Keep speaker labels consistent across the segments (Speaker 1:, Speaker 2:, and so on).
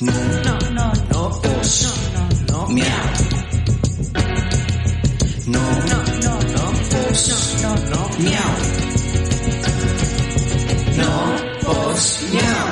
Speaker 1: No, no, no, no os. No, no, no. No, no, no, no os. No, no, miau. No os miau.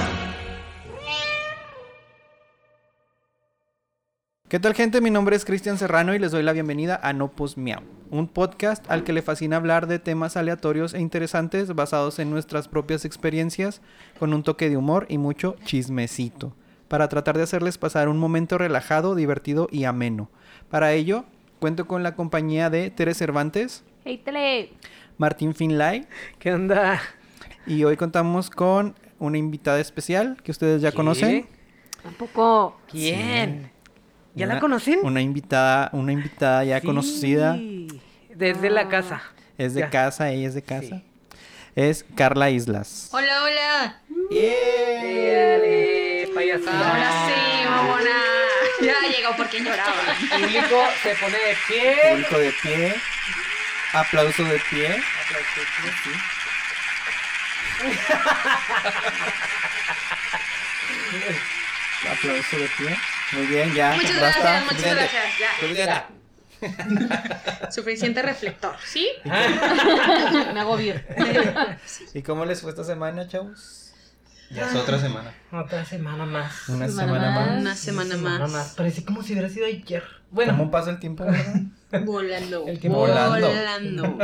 Speaker 2: ¿Qué tal gente? Mi nombre es Cristian Serrano y les doy la bienvenida a No Pos Miau, un podcast al que le fascina hablar de temas aleatorios e interesantes basados en nuestras propias experiencias, con un toque de humor y mucho chismecito, para tratar de hacerles pasar un momento relajado, divertido y ameno. Para ello, cuento con la compañía de Tere Cervantes,
Speaker 3: Hey, tele.
Speaker 2: Martín Finlay,
Speaker 4: ¿Qué onda?
Speaker 2: y hoy contamos con una invitada especial que ustedes ya conocen.
Speaker 3: Tampoco.
Speaker 4: ¿Quién? ¿Ya la
Speaker 2: Una-
Speaker 4: conocen?
Speaker 2: Una invitada, una invitada ya
Speaker 4: Sí.
Speaker 2: conocida.
Speaker 4: Desde la casa.
Speaker 2: Es de
Speaker 4: Ya.
Speaker 2: casa, ella es de casa.
Speaker 4: Sí.
Speaker 2: Es Carla Islas.
Speaker 5: Hola, hola.
Speaker 4: Dale, payasada.
Speaker 5: Ahora sí, mamona. Ya llegó porque lloraba.
Speaker 4: El público se pone de pie.
Speaker 2: Público de pie. Aplauso de pie. Aplauso de pie. Muy bien, ya.
Speaker 5: Muchas
Speaker 2: basta.
Speaker 5: gracias, muchas
Speaker 2: Suficiente.
Speaker 5: gracias.
Speaker 2: Suficiente.
Speaker 5: Ya. Suficiente reflector, ¿sí?
Speaker 3: Me agobio.
Speaker 2: ¿Y cómo les fue esta semana, chavos? Ya es otra semana.
Speaker 4: Otra semana más.
Speaker 2: Una
Speaker 3: Semana
Speaker 2: semana
Speaker 3: más.
Speaker 2: más.
Speaker 5: Una semana más.
Speaker 4: Parece como si hubiera sido ayer.
Speaker 2: ¿Cómo
Speaker 4: Bueno,
Speaker 2: pasa el tiempo? verdad?
Speaker 5: Volando.
Speaker 4: El tiempo
Speaker 2: volando.
Speaker 5: Volando.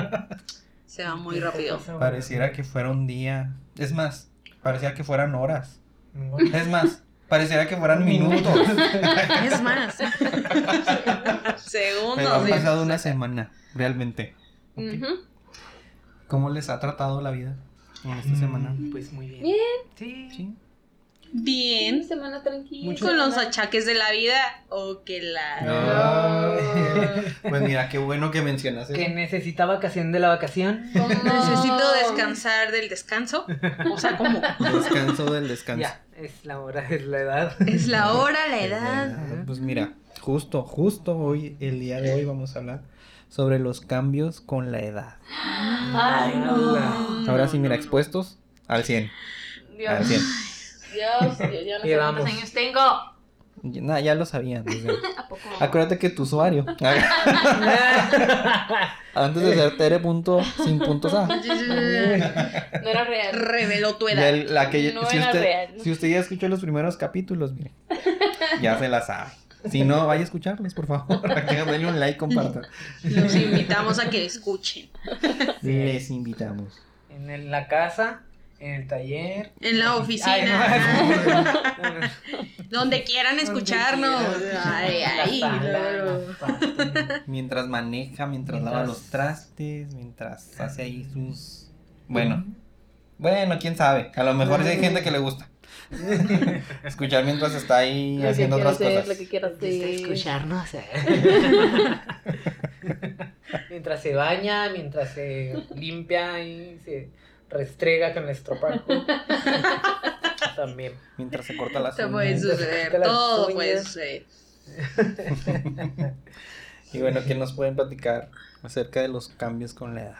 Speaker 5: Se va muy rápido.
Speaker 2: Pareciera que fuera un día. Es más, parecía que fueran horas.
Speaker 4: Bueno,
Speaker 2: Es más, pareciera que fueran minutos.
Speaker 5: Es más.
Speaker 2: Pero ha
Speaker 5: Segundos. ¿sí?
Speaker 2: pasado una semana, realmente. Ok.
Speaker 5: Ujú.
Speaker 2: ¿Cómo les ha tratado la vida en esta semana?
Speaker 4: Pues muy bien. Sí.
Speaker 2: Sí.
Speaker 5: Bien.
Speaker 3: Semana tranquila.
Speaker 4: Mucho-
Speaker 5: Con los achaques de la vida. O que la.
Speaker 2: pues mira, qué bueno que mencionas
Speaker 4: Que
Speaker 2: eso.
Speaker 4: necesita vacación de la vacación.
Speaker 5: Necesito descansar del descanso. O sea, ¿cómo?
Speaker 2: Descanso del descanso.
Speaker 4: Ya, es la hora, es la edad.
Speaker 5: Es la hora, la edad.
Speaker 2: Ah, Pues mira, justo, justo hoy, el día de hoy vamos a hablar sobre los cambios con la edad.
Speaker 3: Ay, no.
Speaker 2: Ahora sí, mira,
Speaker 4: Mm.
Speaker 2: expuestos al 100. Al
Speaker 3: Dios.
Speaker 2: 100.
Speaker 3: Dios, Dios, yo no sé
Speaker 4: Llevamos.
Speaker 3: cuántos años tengo. ¿A
Speaker 2: Ya- nah, ya lo sabían. desde-
Speaker 3: poco?
Speaker 2: Acuérdate que tu usuario. Antes de ser tere punto sin puntos A.
Speaker 3: No era real.
Speaker 5: Reveló tu
Speaker 2: Ya
Speaker 5: edad.
Speaker 2: el- la que-
Speaker 3: No
Speaker 2: si,
Speaker 3: era
Speaker 2: usted,
Speaker 3: real.
Speaker 2: si usted ya escuchó los primeros capítulos, mire, ya se la sabe. Si no, vaya a escucharlos, por favor. Aquí, Denle un like, compartan.
Speaker 5: Los invitamos a que escuchen.
Speaker 2: Les invitamos.
Speaker 4: En el- la casa, en el taller.
Speaker 5: En la
Speaker 4: Ay, no,
Speaker 5: oficina.
Speaker 4: no, no, no.
Speaker 5: Donde quieran escucharnos. Ay, ay.
Speaker 4: La sala,
Speaker 5: luego.
Speaker 4: la parte.
Speaker 2: Mientras maneja, mientras, lava
Speaker 4: Mientras-
Speaker 2: los trastes, mientras hace ahí sus. Bueno, bueno, quién sabe. A lo mejor sí hay gente que le gusta escuchar mientras está ahí
Speaker 3: Lo que
Speaker 2: haciendo
Speaker 3: quiero
Speaker 2: otras
Speaker 3: hacer, lo
Speaker 2: cosas.
Speaker 3: que quiero hacer.
Speaker 4: escucharnos. mientras se baña, mientras se limpia y se restrega con el estropajo. También.
Speaker 2: Mientras se corta las
Speaker 5: Todo puede
Speaker 2: uñas.
Speaker 5: suceder. Todo puede suceder.
Speaker 2: Y bueno, ¿qué nos pueden platicar acerca de los cambios con la edad?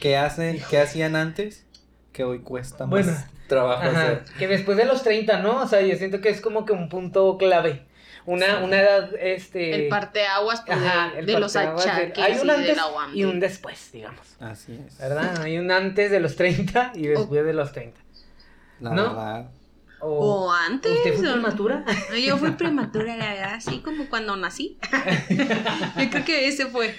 Speaker 2: ¿Qué hacen, qué hacían antes que hoy cuesta más
Speaker 4: Bueno.
Speaker 2: trabajo
Speaker 4: Ajá,
Speaker 2: hacer?
Speaker 4: que después de los 30, ¿no? O sea, yo siento que es como que un punto clave. Una, una edad, este...
Speaker 5: El parteaguas pues,
Speaker 4: Ajá,
Speaker 5: de,
Speaker 4: el
Speaker 5: de los
Speaker 4: parteaguas del-
Speaker 5: achaques
Speaker 4: Hay un
Speaker 5: y de
Speaker 4: antes
Speaker 5: la UAM.
Speaker 4: y un después, digamos.
Speaker 2: Así es.
Speaker 4: ¿Verdad? Hay un antes de los 30 y después de los 30.
Speaker 2: La
Speaker 4: ¿No?
Speaker 2: verdad.
Speaker 4: O,
Speaker 5: O antes.
Speaker 4: ¿Usted fue
Speaker 5: o-
Speaker 4: prematura?
Speaker 5: Yo fui prematura, la verdad, así como cuando nací. Yo creo que ese fue.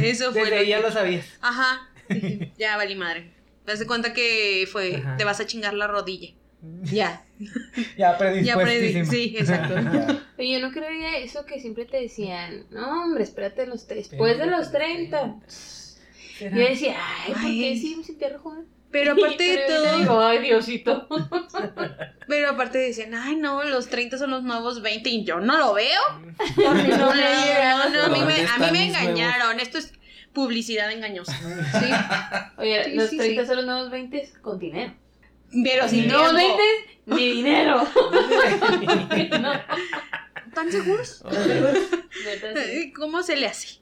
Speaker 5: Eso fue.
Speaker 4: Desde
Speaker 5: lo
Speaker 4: ahí ya
Speaker 5: que-
Speaker 4: lo sabías.
Speaker 5: Ajá. Dije, Ya valí madre. Te das cuenta que fue,
Speaker 4: Ajá. Mm.
Speaker 5: te vas a chingar la rodilla. Ya.
Speaker 4: Ya
Speaker 5: Ya
Speaker 4: predispuestísima.
Speaker 5: predí. Sí, exacto.
Speaker 2: Ya.
Speaker 3: Oye, yo no creería eso que siempre te decían. No, hombre, espérate los tres. Después de los 30. Yo
Speaker 4: ¿Será?
Speaker 3: decía, ay, ¿por qué
Speaker 5: Ay.
Speaker 3: sí me sentía re joven?
Speaker 5: Pero aparte de
Speaker 3: Pero ahorita
Speaker 5: todo,
Speaker 3: digo, ay, Diosito.
Speaker 5: pero aparte dicen, ay no, los 30 son los nuevos 20 y yo no lo veo.
Speaker 3: A mí
Speaker 5: No,
Speaker 3: no
Speaker 5: no,
Speaker 3: me
Speaker 5: no, a mí
Speaker 2: ¿Dónde
Speaker 5: me, a
Speaker 2: están
Speaker 5: mí me
Speaker 2: mis
Speaker 5: engañaron. Esto es publicidad engañosa.
Speaker 3: Sí. Oye,
Speaker 5: Sí,
Speaker 3: los
Speaker 5: sí,
Speaker 3: 30 son los nuevos 20 con dinero.
Speaker 5: Pero sin
Speaker 3: nuevos
Speaker 5: tiempo.
Speaker 3: 20 ni dinero. no,
Speaker 5: ¿Están seguros?
Speaker 3: neta, sí.
Speaker 5: ¿Cómo se le hace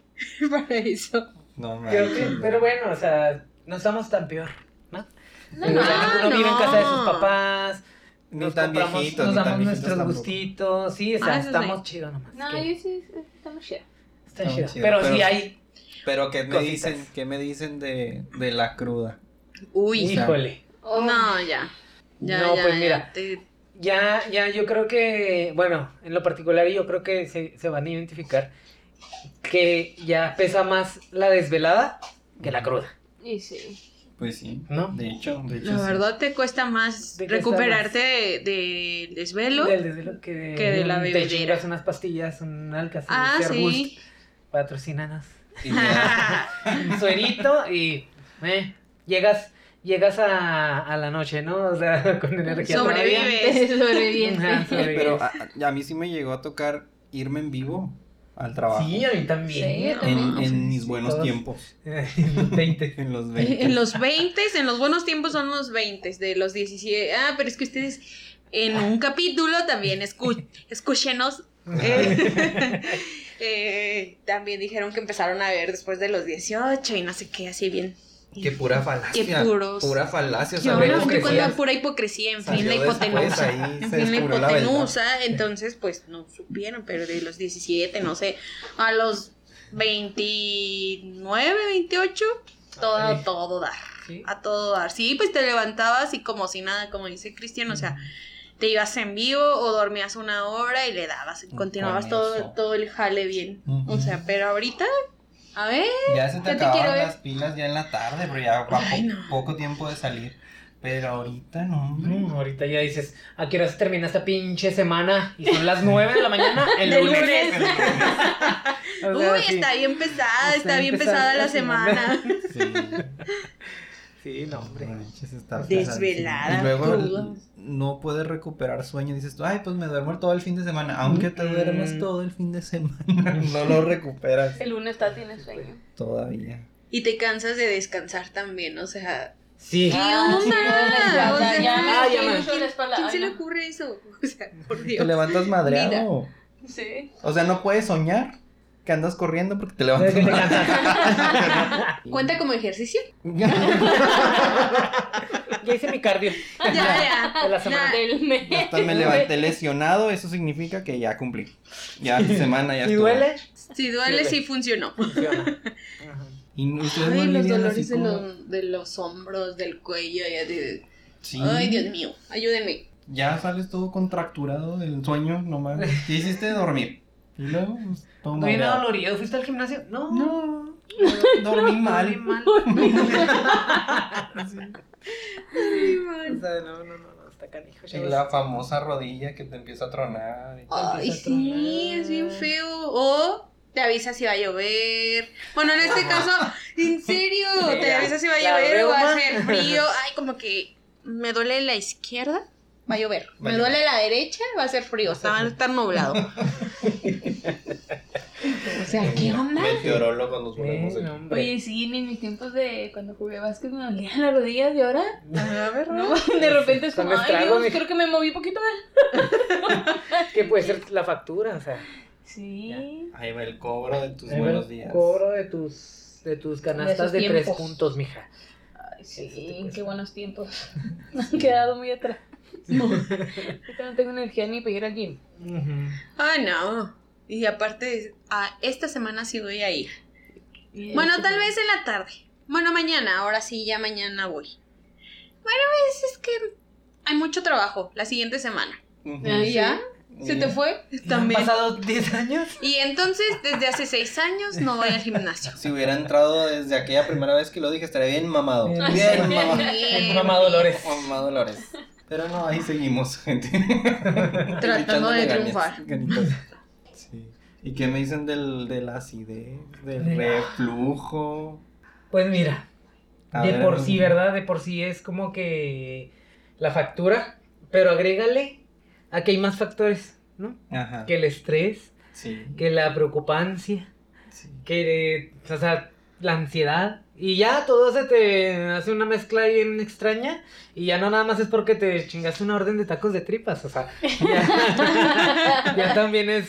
Speaker 5: para eso?
Speaker 2: No,
Speaker 4: Creo que-
Speaker 2: manches.
Speaker 4: pero bueno, o sea, no estamos tan peor, ¿no?
Speaker 3: No,
Speaker 4: Digo,
Speaker 3: no.
Speaker 4: ya ninguno vive en casa de sus
Speaker 5: no.
Speaker 4: papás.
Speaker 2: Ni
Speaker 4: nos
Speaker 2: tan
Speaker 4: compramos,
Speaker 2: viejitos,
Speaker 4: nos damos
Speaker 2: ni tan viejitos
Speaker 4: nuestros
Speaker 2: tampoco.
Speaker 4: gustitos, sí, o sea,
Speaker 5: Ah, eso sí.
Speaker 4: estamos chidos nomás.
Speaker 3: No,
Speaker 4: que
Speaker 3: yo sí, sí, estamos chidas.
Speaker 4: está
Speaker 2: Estamos
Speaker 4: chido.
Speaker 2: chidos,
Speaker 4: Pero,
Speaker 2: pero-
Speaker 4: sí hay,
Speaker 2: Pero ¿qué me
Speaker 4: Cositas.
Speaker 2: dicen, qué me dicen de, de la cruda?
Speaker 5: Uy.
Speaker 2: Hija.
Speaker 4: híjole.
Speaker 3: Oh,
Speaker 5: No, ya. Ya,
Speaker 4: No,
Speaker 5: ya,
Speaker 4: pues
Speaker 5: ya,
Speaker 4: mira.
Speaker 5: te-
Speaker 4: Ya, ya, yo creo que, bueno, en lo particular yo creo que se, se van a identificar que ya pesa más la desvelada que la cruda.
Speaker 3: Y sí.
Speaker 2: Pues sí.
Speaker 4: ¿No?
Speaker 2: De hecho, de hecho.
Speaker 5: la
Speaker 2: sí.
Speaker 5: verdad te cuesta más
Speaker 4: Te cuesta
Speaker 5: recuperarte del de, del desvelo.
Speaker 4: Del desvelo que de,
Speaker 5: que de la
Speaker 4: un- te
Speaker 5: bebedera.
Speaker 4: chingas unas pastillas, un alcance,
Speaker 5: ah, sí.
Speaker 4: patrocínanos.
Speaker 2: Y ya,
Speaker 4: Un suerito y eh, llegas, llegas a, a la noche, ¿no? O sea, con energía
Speaker 5: Sobrevive.
Speaker 3: Sobreviviente,
Speaker 4: Ajá,
Speaker 3: sobreviviente.
Speaker 4: sobrevives.
Speaker 2: pero a, a mí sí me llegó a tocar irme en vivo al trabajo.
Speaker 4: Sí, a mí también. ¿eh?
Speaker 3: Sí,
Speaker 2: en,
Speaker 3: también.
Speaker 2: en mis buenos
Speaker 4: Todos.
Speaker 2: tiempos.
Speaker 4: En los 20.
Speaker 2: En los 20.
Speaker 5: En los 20, en los buenos tiempos son los 20, de los 17. Ah, pero es que ustedes en un capítulo también escu- escúchenos. eh, eh, también dijeron que empezaron a ver después de los 18 y no sé qué, así bien.
Speaker 2: Qué pura falacia.
Speaker 5: Qué puros.
Speaker 2: Pura falacia.
Speaker 5: Yo
Speaker 4: hablé
Speaker 2: sobre
Speaker 5: no,
Speaker 4: con
Speaker 5: que
Speaker 4: que
Speaker 5: cuando
Speaker 4: seas-
Speaker 5: pura hipocresía, en fin,
Speaker 2: Salió
Speaker 5: la
Speaker 2: después,
Speaker 5: hipotenusa.
Speaker 2: ahí
Speaker 5: En
Speaker 2: se
Speaker 5: fin, la
Speaker 2: descubrió la verdad.
Speaker 5: hipotenusa, entonces pues no supieron, pero de los 17, no sé, a los 29, 28, todo,
Speaker 4: Ay.
Speaker 5: todo dar.
Speaker 4: Sí.
Speaker 5: A todo dar. Sí, pues te levantabas y como si nada, como dice Cristian, o sea, te ibas en vivo o dormías una hora y le dabas, y continuabas
Speaker 2: Con
Speaker 5: todo,
Speaker 2: eso.
Speaker 5: todo el jale bien.
Speaker 2: Ujú.
Speaker 5: O sea, pero ahorita, a ver,
Speaker 2: Ya se te
Speaker 5: Ya te quiero
Speaker 2: acabaron
Speaker 5: ver.
Speaker 2: las pilas ya en la tarde, pero ya va
Speaker 5: Ay,
Speaker 2: po-
Speaker 5: no.
Speaker 2: poco tiempo de salir. Pero ahorita no, hombre.
Speaker 4: Mm, ahorita ya dices, ¿a qué hora se termina esta pinche semana? Y son las 9 de la mañana el
Speaker 5: De
Speaker 4: lunes.
Speaker 5: lunes.
Speaker 4: O sea,
Speaker 5: uy,
Speaker 4: sí.
Speaker 5: está bien pesada,
Speaker 4: Está
Speaker 5: está,
Speaker 4: bien
Speaker 5: bien
Speaker 4: pesada
Speaker 5: pesada la
Speaker 4: la
Speaker 5: semana.
Speaker 2: Sí.
Speaker 4: Sí, no, hombre.
Speaker 2: Manches, está pesadísimo.
Speaker 5: Desvelada,
Speaker 2: Y luego el-
Speaker 5: cruda.
Speaker 2: no puedes recuperar sueño. Dices tú, ay, pues me duermo todo el fin de semana. Aunque te duermas
Speaker 4: Mm.
Speaker 2: todo el fin de semana, no lo recuperas
Speaker 3: El lunes está tienes sueño.
Speaker 2: todavía.
Speaker 5: Y te cansas de descansar también, o sea.
Speaker 4: Sí.
Speaker 5: ¿Qué
Speaker 3: Ah,
Speaker 5: onda?
Speaker 3: sí, no, la espalda,
Speaker 5: O sea,
Speaker 3: ya,
Speaker 4: ah, ya me-
Speaker 5: ¿quién-
Speaker 3: la espalda,
Speaker 5: ¿Quién
Speaker 3: ay,
Speaker 5: se le
Speaker 3: no.
Speaker 5: ocurre eso? O sea, por
Speaker 2: Te
Speaker 5: Dios.
Speaker 2: levantas madreado.
Speaker 3: Sí.
Speaker 2: O sea, no puedes soñar que andas corriendo porque te
Speaker 4: Desde
Speaker 2: levantas
Speaker 4: que te
Speaker 2: madreado.
Speaker 4: cansaste.
Speaker 5: ¿Cuenta como ejercicio?
Speaker 4: Ya hice mi cardio.
Speaker 5: Ya, ya.
Speaker 4: De la semana.
Speaker 5: ya.
Speaker 3: Del mes.
Speaker 2: Hasta me levanté lesionado, eso significa que ya cumplí. Ya mi semana ya
Speaker 4: ¿Y
Speaker 2: estuvo.
Speaker 4: duele?
Speaker 5: Si duele, sí funcionó.
Speaker 4: Funciona. Ajá.
Speaker 2: Y ustedes no
Speaker 5: Ay, los
Speaker 2: lidian
Speaker 5: dolores
Speaker 2: así
Speaker 5: de
Speaker 2: como-
Speaker 5: los, de los hombros, del cuello. Ya de...
Speaker 2: Sí.
Speaker 5: Ay, Dios mío, ayúdenme.
Speaker 2: Ya sales todo contracturado del sueño nomás. ¿Qué hiciste de dormir? Y luego, pues, todo
Speaker 4: ¿No viene
Speaker 2: madreado.
Speaker 4: dolorido? ¿Fuiste al gimnasio? No.
Speaker 2: No, dormí
Speaker 4: Dormí
Speaker 2: mal.
Speaker 4: mal. O sea, no, no, no, no, está canijo.
Speaker 2: Y la famosa rodilla que te empieza a tronar. y-
Speaker 5: Ay,
Speaker 4: empieza a
Speaker 5: sí,
Speaker 4: tronar.
Speaker 5: es bien feo. O te avisa si va a llover. Bueno, en este caso, en serio,
Speaker 4: Sí,
Speaker 5: te
Speaker 4: la-
Speaker 5: avisa si va a
Speaker 4: la
Speaker 5: llover o va a
Speaker 4: reuma.
Speaker 5: hacer frío. Ay, como que me duele la izquierda, va a llover.
Speaker 2: Va a
Speaker 5: me duele la derecha, va a ser frío. Está, va a estar nublado. o sea, ¿qué onda?
Speaker 2: Meteorólogo nos volvemos
Speaker 4: Sí,
Speaker 2: el-
Speaker 4: no, hombre.
Speaker 3: Oye, sí, ni en mis tiempos de cuando jugué básquet me dolían las rodillas y ahora
Speaker 4: A ver,
Speaker 3: no, de repente es
Speaker 4: Son
Speaker 3: como, ay
Speaker 4: estragos,
Speaker 3: Dios,
Speaker 4: mija.
Speaker 3: creo que me moví poquito mal.
Speaker 4: Que puede ser la factura, o sea.
Speaker 3: Sí.
Speaker 2: Ahí va el cobro de tus
Speaker 4: Ahí va
Speaker 2: buenos
Speaker 4: el
Speaker 2: días.
Speaker 4: Cobro de tus, de tus canastas
Speaker 3: esos
Speaker 4: de, tres
Speaker 3: tiempos.
Speaker 4: puntos, mija.
Speaker 3: Ay,
Speaker 4: Eso te
Speaker 3: sí,
Speaker 4: cuesta.
Speaker 3: qué buenos tiempos. Han quedado muy atrás. No, ahorita no tengo energía ni para ir al gym.
Speaker 5: Ah, no. Y aparte, ah, esta semana sí voy a ir. Bueno, tal vez en la tarde. Bueno, mañana, ahora sí, ya mañana voy. Bueno, pues es que hay mucho trabajo la siguiente semana.
Speaker 2: Ujú.
Speaker 3: Ay,
Speaker 5: ¿Ya?
Speaker 2: Pues Sí.
Speaker 5: ¿Se te fue?
Speaker 4: ¿Han
Speaker 5: También.
Speaker 4: pasado 10 años?
Speaker 5: Y entonces, desde hace seis años no voy al gimnasio.
Speaker 2: Si hubiera entrado desde aquella primera vez que lo dije, estaría bien mamado.
Speaker 4: Bien
Speaker 2: Bien mamado.
Speaker 5: Bien.
Speaker 4: Mamá Dolores.
Speaker 2: Mamá Dolores. Pero no, ahí seguimos, gente.
Speaker 5: Tratando de
Speaker 2: Echándole
Speaker 5: triunfar.
Speaker 2: ganitas. Sí. ¿Y qué me dicen del, de la acidez, del
Speaker 4: Del-
Speaker 2: reflujo?
Speaker 4: Pues mira,
Speaker 2: A
Speaker 4: de
Speaker 2: ver.
Speaker 4: por sí, ¿verdad? De por sí es como que la factura, pero agrégale a que hay más factores, ¿no?
Speaker 2: Ajá.
Speaker 4: Que el estrés,
Speaker 2: Sí,
Speaker 4: que la preocupancia,
Speaker 2: sí.
Speaker 4: que, o sea, la ansiedad. Y ya todo se te hace una mezcla bien extraña. Y ya no nada más es porque te chingaste una orden de tacos de tripas. O sea, ya, ya también es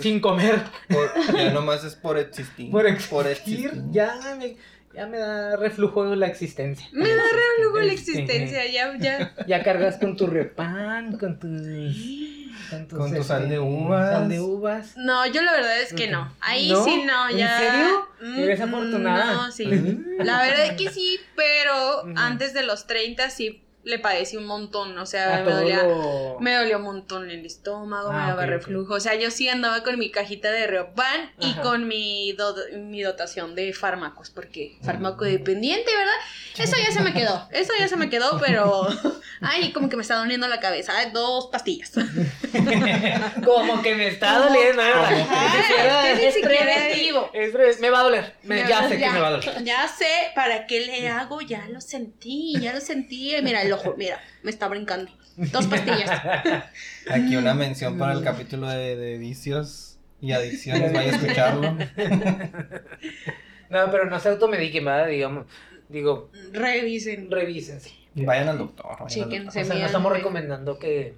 Speaker 4: sin comer.
Speaker 2: Por- ya nomás es por existir.
Speaker 4: Por existir.
Speaker 2: existir.
Speaker 4: Ya, me- Ya me da reflujo la existencia.
Speaker 5: Me da reflujo la
Speaker 4: Este,
Speaker 5: existencia, ya, ya.
Speaker 4: Ya cargas con tu repan, con tus. Con,
Speaker 2: Con tu
Speaker 4: este,
Speaker 2: sal de uvas.
Speaker 4: sal de uvas.
Speaker 5: No, yo la verdad es que no. Ahí
Speaker 4: ¿No?
Speaker 5: sí no,
Speaker 4: ¿En
Speaker 5: ya.
Speaker 4: serio?
Speaker 5: Mm,
Speaker 4: Eres afortunada.
Speaker 5: No, sí. La verdad es que sí, pero
Speaker 4: Ujú.
Speaker 5: antes de los 30 sí le padecí un montón, o sea,
Speaker 4: A
Speaker 5: me
Speaker 4: todo
Speaker 5: dolía
Speaker 4: lo-
Speaker 5: Ah, Me dolió un montón el estómago, me
Speaker 4: Ah,
Speaker 5: daba
Speaker 4: ok, ok.
Speaker 5: reflujo. O sea, yo sí andaba con mi cajita de Reopan y
Speaker 4: Ajá.
Speaker 5: con mi, do- mi dotación de fármacos, porque
Speaker 4: Mm.
Speaker 5: fármaco dependiente, ¿verdad? Eso ya se me quedó, eso ya se me quedó, pero. Ay, como que me está doliendo la cabeza. Ay, dos pastillas.
Speaker 4: Como que me está doliendo. ¿verdad?
Speaker 5: Ajá, es que ni siquiera es vivo.
Speaker 4: Es breve, me va a doler. Me-
Speaker 5: Me
Speaker 4: ya
Speaker 5: va-
Speaker 4: sé que me va a doler.
Speaker 5: Ya sé para qué le hago, ya lo sentí, ya lo sentí. Mira, el ojo, mira, me está brincando. Dos pastillas.
Speaker 2: Aquí una mención para el capítulo de, de vicios y adicciones, vaya a escucharlo.
Speaker 4: No, pero no se automediquen, ¿verdad? Digamos, digo,
Speaker 5: Revisen.
Speaker 4: revísense.
Speaker 2: Vayan al doctor. vayan al
Speaker 5: Chequen.
Speaker 2: doctor.
Speaker 5: Se
Speaker 4: o sea,
Speaker 5: miran,
Speaker 4: no estamos
Speaker 5: güey.
Speaker 4: recomendando que.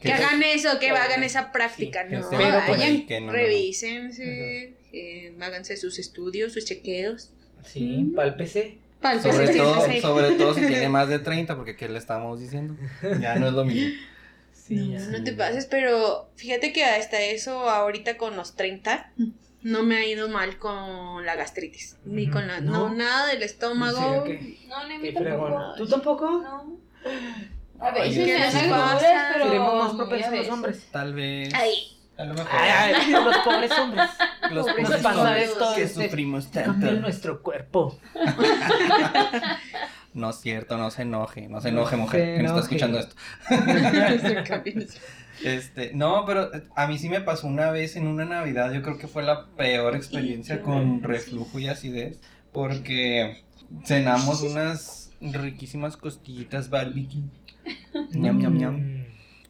Speaker 5: Que hagan eso, que hagan esa práctica,
Speaker 2: Sí, que
Speaker 5: ¿no?
Speaker 2: se
Speaker 4: vayan por
Speaker 5: Vayan,
Speaker 2: ahí, que no, no.
Speaker 5: revísense, eh, háganse sus estudios, sus chequeos.
Speaker 4: Sí,
Speaker 2: Mm.
Speaker 4: pálpese.
Speaker 5: Para
Speaker 2: Sobre
Speaker 5: sí,
Speaker 2: todo,
Speaker 5: sí.
Speaker 2: sobre todo si tiene más de 30, porque ¿qué le estamos diciendo? Ya no es lo mismo. Mm,
Speaker 4: Sí, ya.
Speaker 5: No te pases, pero fíjate que hasta eso, ahorita con los 30,
Speaker 4: Mm.
Speaker 5: no me ha ido mal con la gastritis, ni con la... No,
Speaker 4: No.
Speaker 5: nada del estómago.
Speaker 4: Sí, ok.
Speaker 3: No, ni a
Speaker 4: Qué
Speaker 3: mí
Speaker 4: fregón.
Speaker 3: tampoco.
Speaker 4: ¿Tú tampoco?
Speaker 3: No. A
Speaker 2: Ay,
Speaker 3: veces
Speaker 2: ¿qué
Speaker 3: me
Speaker 2: les
Speaker 3: dan
Speaker 2: pasa?
Speaker 3: agruras, pero.
Speaker 4: Seremos más
Speaker 3: muy
Speaker 4: propensos
Speaker 3: a
Speaker 4: los
Speaker 3: veces.
Speaker 4: hombres.
Speaker 2: Tal vez.
Speaker 5: Ay,
Speaker 2: A lo mejor.
Speaker 4: Ay, ay, los pobres hombres.
Speaker 2: los
Speaker 5: pobres
Speaker 2: pobres
Speaker 4: pasa
Speaker 2: hombres
Speaker 4: esto,
Speaker 2: que
Speaker 4: este,
Speaker 2: sufrimos tanto.
Speaker 4: Cambia nuestro cuerpo.
Speaker 2: No es cierto, no se enoje, no se enoje, mujer,
Speaker 4: se
Speaker 2: que no está
Speaker 4: enoje.
Speaker 2: escuchando esto.
Speaker 5: se cambió.
Speaker 2: Este, no, pero a mí sí me pasó una vez en una Navidad, yo creo que fue la peor experiencia con reflujo y acidez, porque cenamos unas riquísimas costillitas barbecue. ñam, ñam, ñam.
Speaker 4: Mm.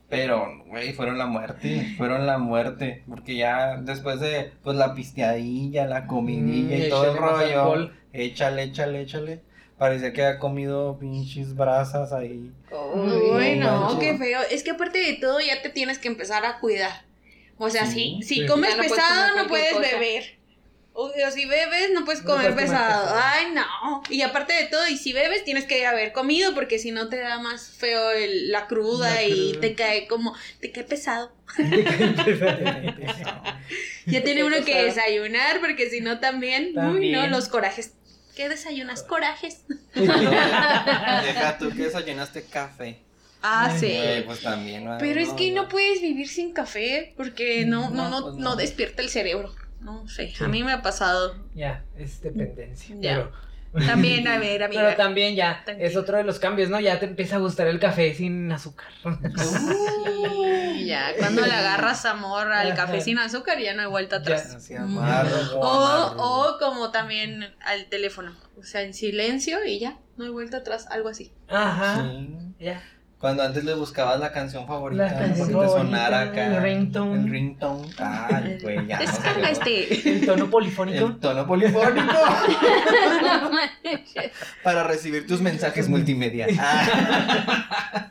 Speaker 2: Pero, güey, fueron la muerte, fueron la muerte, porque ya después de, pues, la pisteadilla, la comidilla y
Speaker 4: Mm,
Speaker 2: todo el
Speaker 4: échale más
Speaker 2: rollo,
Speaker 4: alcohol.
Speaker 2: échale, échale, échale, parecía que había comido pinches brasas ahí. no
Speaker 5: Uy, no,
Speaker 2: manches.
Speaker 5: qué feo. Es que aparte de todo ya te tienes que empezar a cuidar. O sea,
Speaker 2: Sí,
Speaker 5: si, si
Speaker 4: sí.
Speaker 5: comes
Speaker 3: Ya no puedes
Speaker 5: pesado
Speaker 3: comer
Speaker 5: no puedes
Speaker 3: cualquier cosa.
Speaker 5: beber. O, o si bebes no puedes
Speaker 4: No
Speaker 5: comer
Speaker 4: puedes comer
Speaker 5: pesado.
Speaker 4: pesado.
Speaker 5: Ay, no. Y aparte de todo, y si bebes tienes que haber comido porque si no te da más feo el- la cruda
Speaker 4: La
Speaker 5: y
Speaker 4: cruda.
Speaker 5: te cae como, te cae pesado.
Speaker 2: Pero
Speaker 5: Ya tiene
Speaker 4: cae
Speaker 5: uno que
Speaker 4: pesado.
Speaker 5: desayunar porque si no también, uy, no,
Speaker 4: También.
Speaker 5: los corajes. ¿Qué desayunas? Corajes.
Speaker 2: Deja tú que desayunaste café.
Speaker 5: Ah, sí.
Speaker 2: Güey, pues también. ¿verdad?
Speaker 5: Pero es que no puedes vivir sin café porque no, no,
Speaker 2: No,
Speaker 5: no,
Speaker 2: pues
Speaker 5: no
Speaker 2: no.
Speaker 5: despierta el cerebro. No sé, a mí me ha pasado.
Speaker 4: Ya, es dependencia.
Speaker 5: Ya.
Speaker 4: Pero,
Speaker 5: También, a ver,
Speaker 4: pero
Speaker 5: amiga.
Speaker 4: también ya,
Speaker 5: Tranquila.
Speaker 4: es otro de los cambios, ¿no? Ya te empieza a gustar el café sin azúcar.
Speaker 5: Sí, ya, cuando le agarras amor al café sin azúcar, ya no hay vuelta atrás.
Speaker 2: Así amargo,
Speaker 5: O,
Speaker 2: amargo.
Speaker 5: o como también al teléfono. O sea, en silencio y ya, no hay vuelta atrás, algo así.
Speaker 4: Ajá.
Speaker 2: Sí.
Speaker 4: Ya.
Speaker 2: Cuando antes le buscabas la canción favorita,
Speaker 4: La canción
Speaker 2: porque te
Speaker 4: favorita,
Speaker 2: sonara acá.
Speaker 4: el ringtone.
Speaker 2: El ringtone. Ay, güey, ya. no sé
Speaker 5: Descarga
Speaker 2: qué-
Speaker 5: este.
Speaker 4: El tono polifónico.
Speaker 2: El tono polifónico para recibir tus mensajes multimedia. Ah.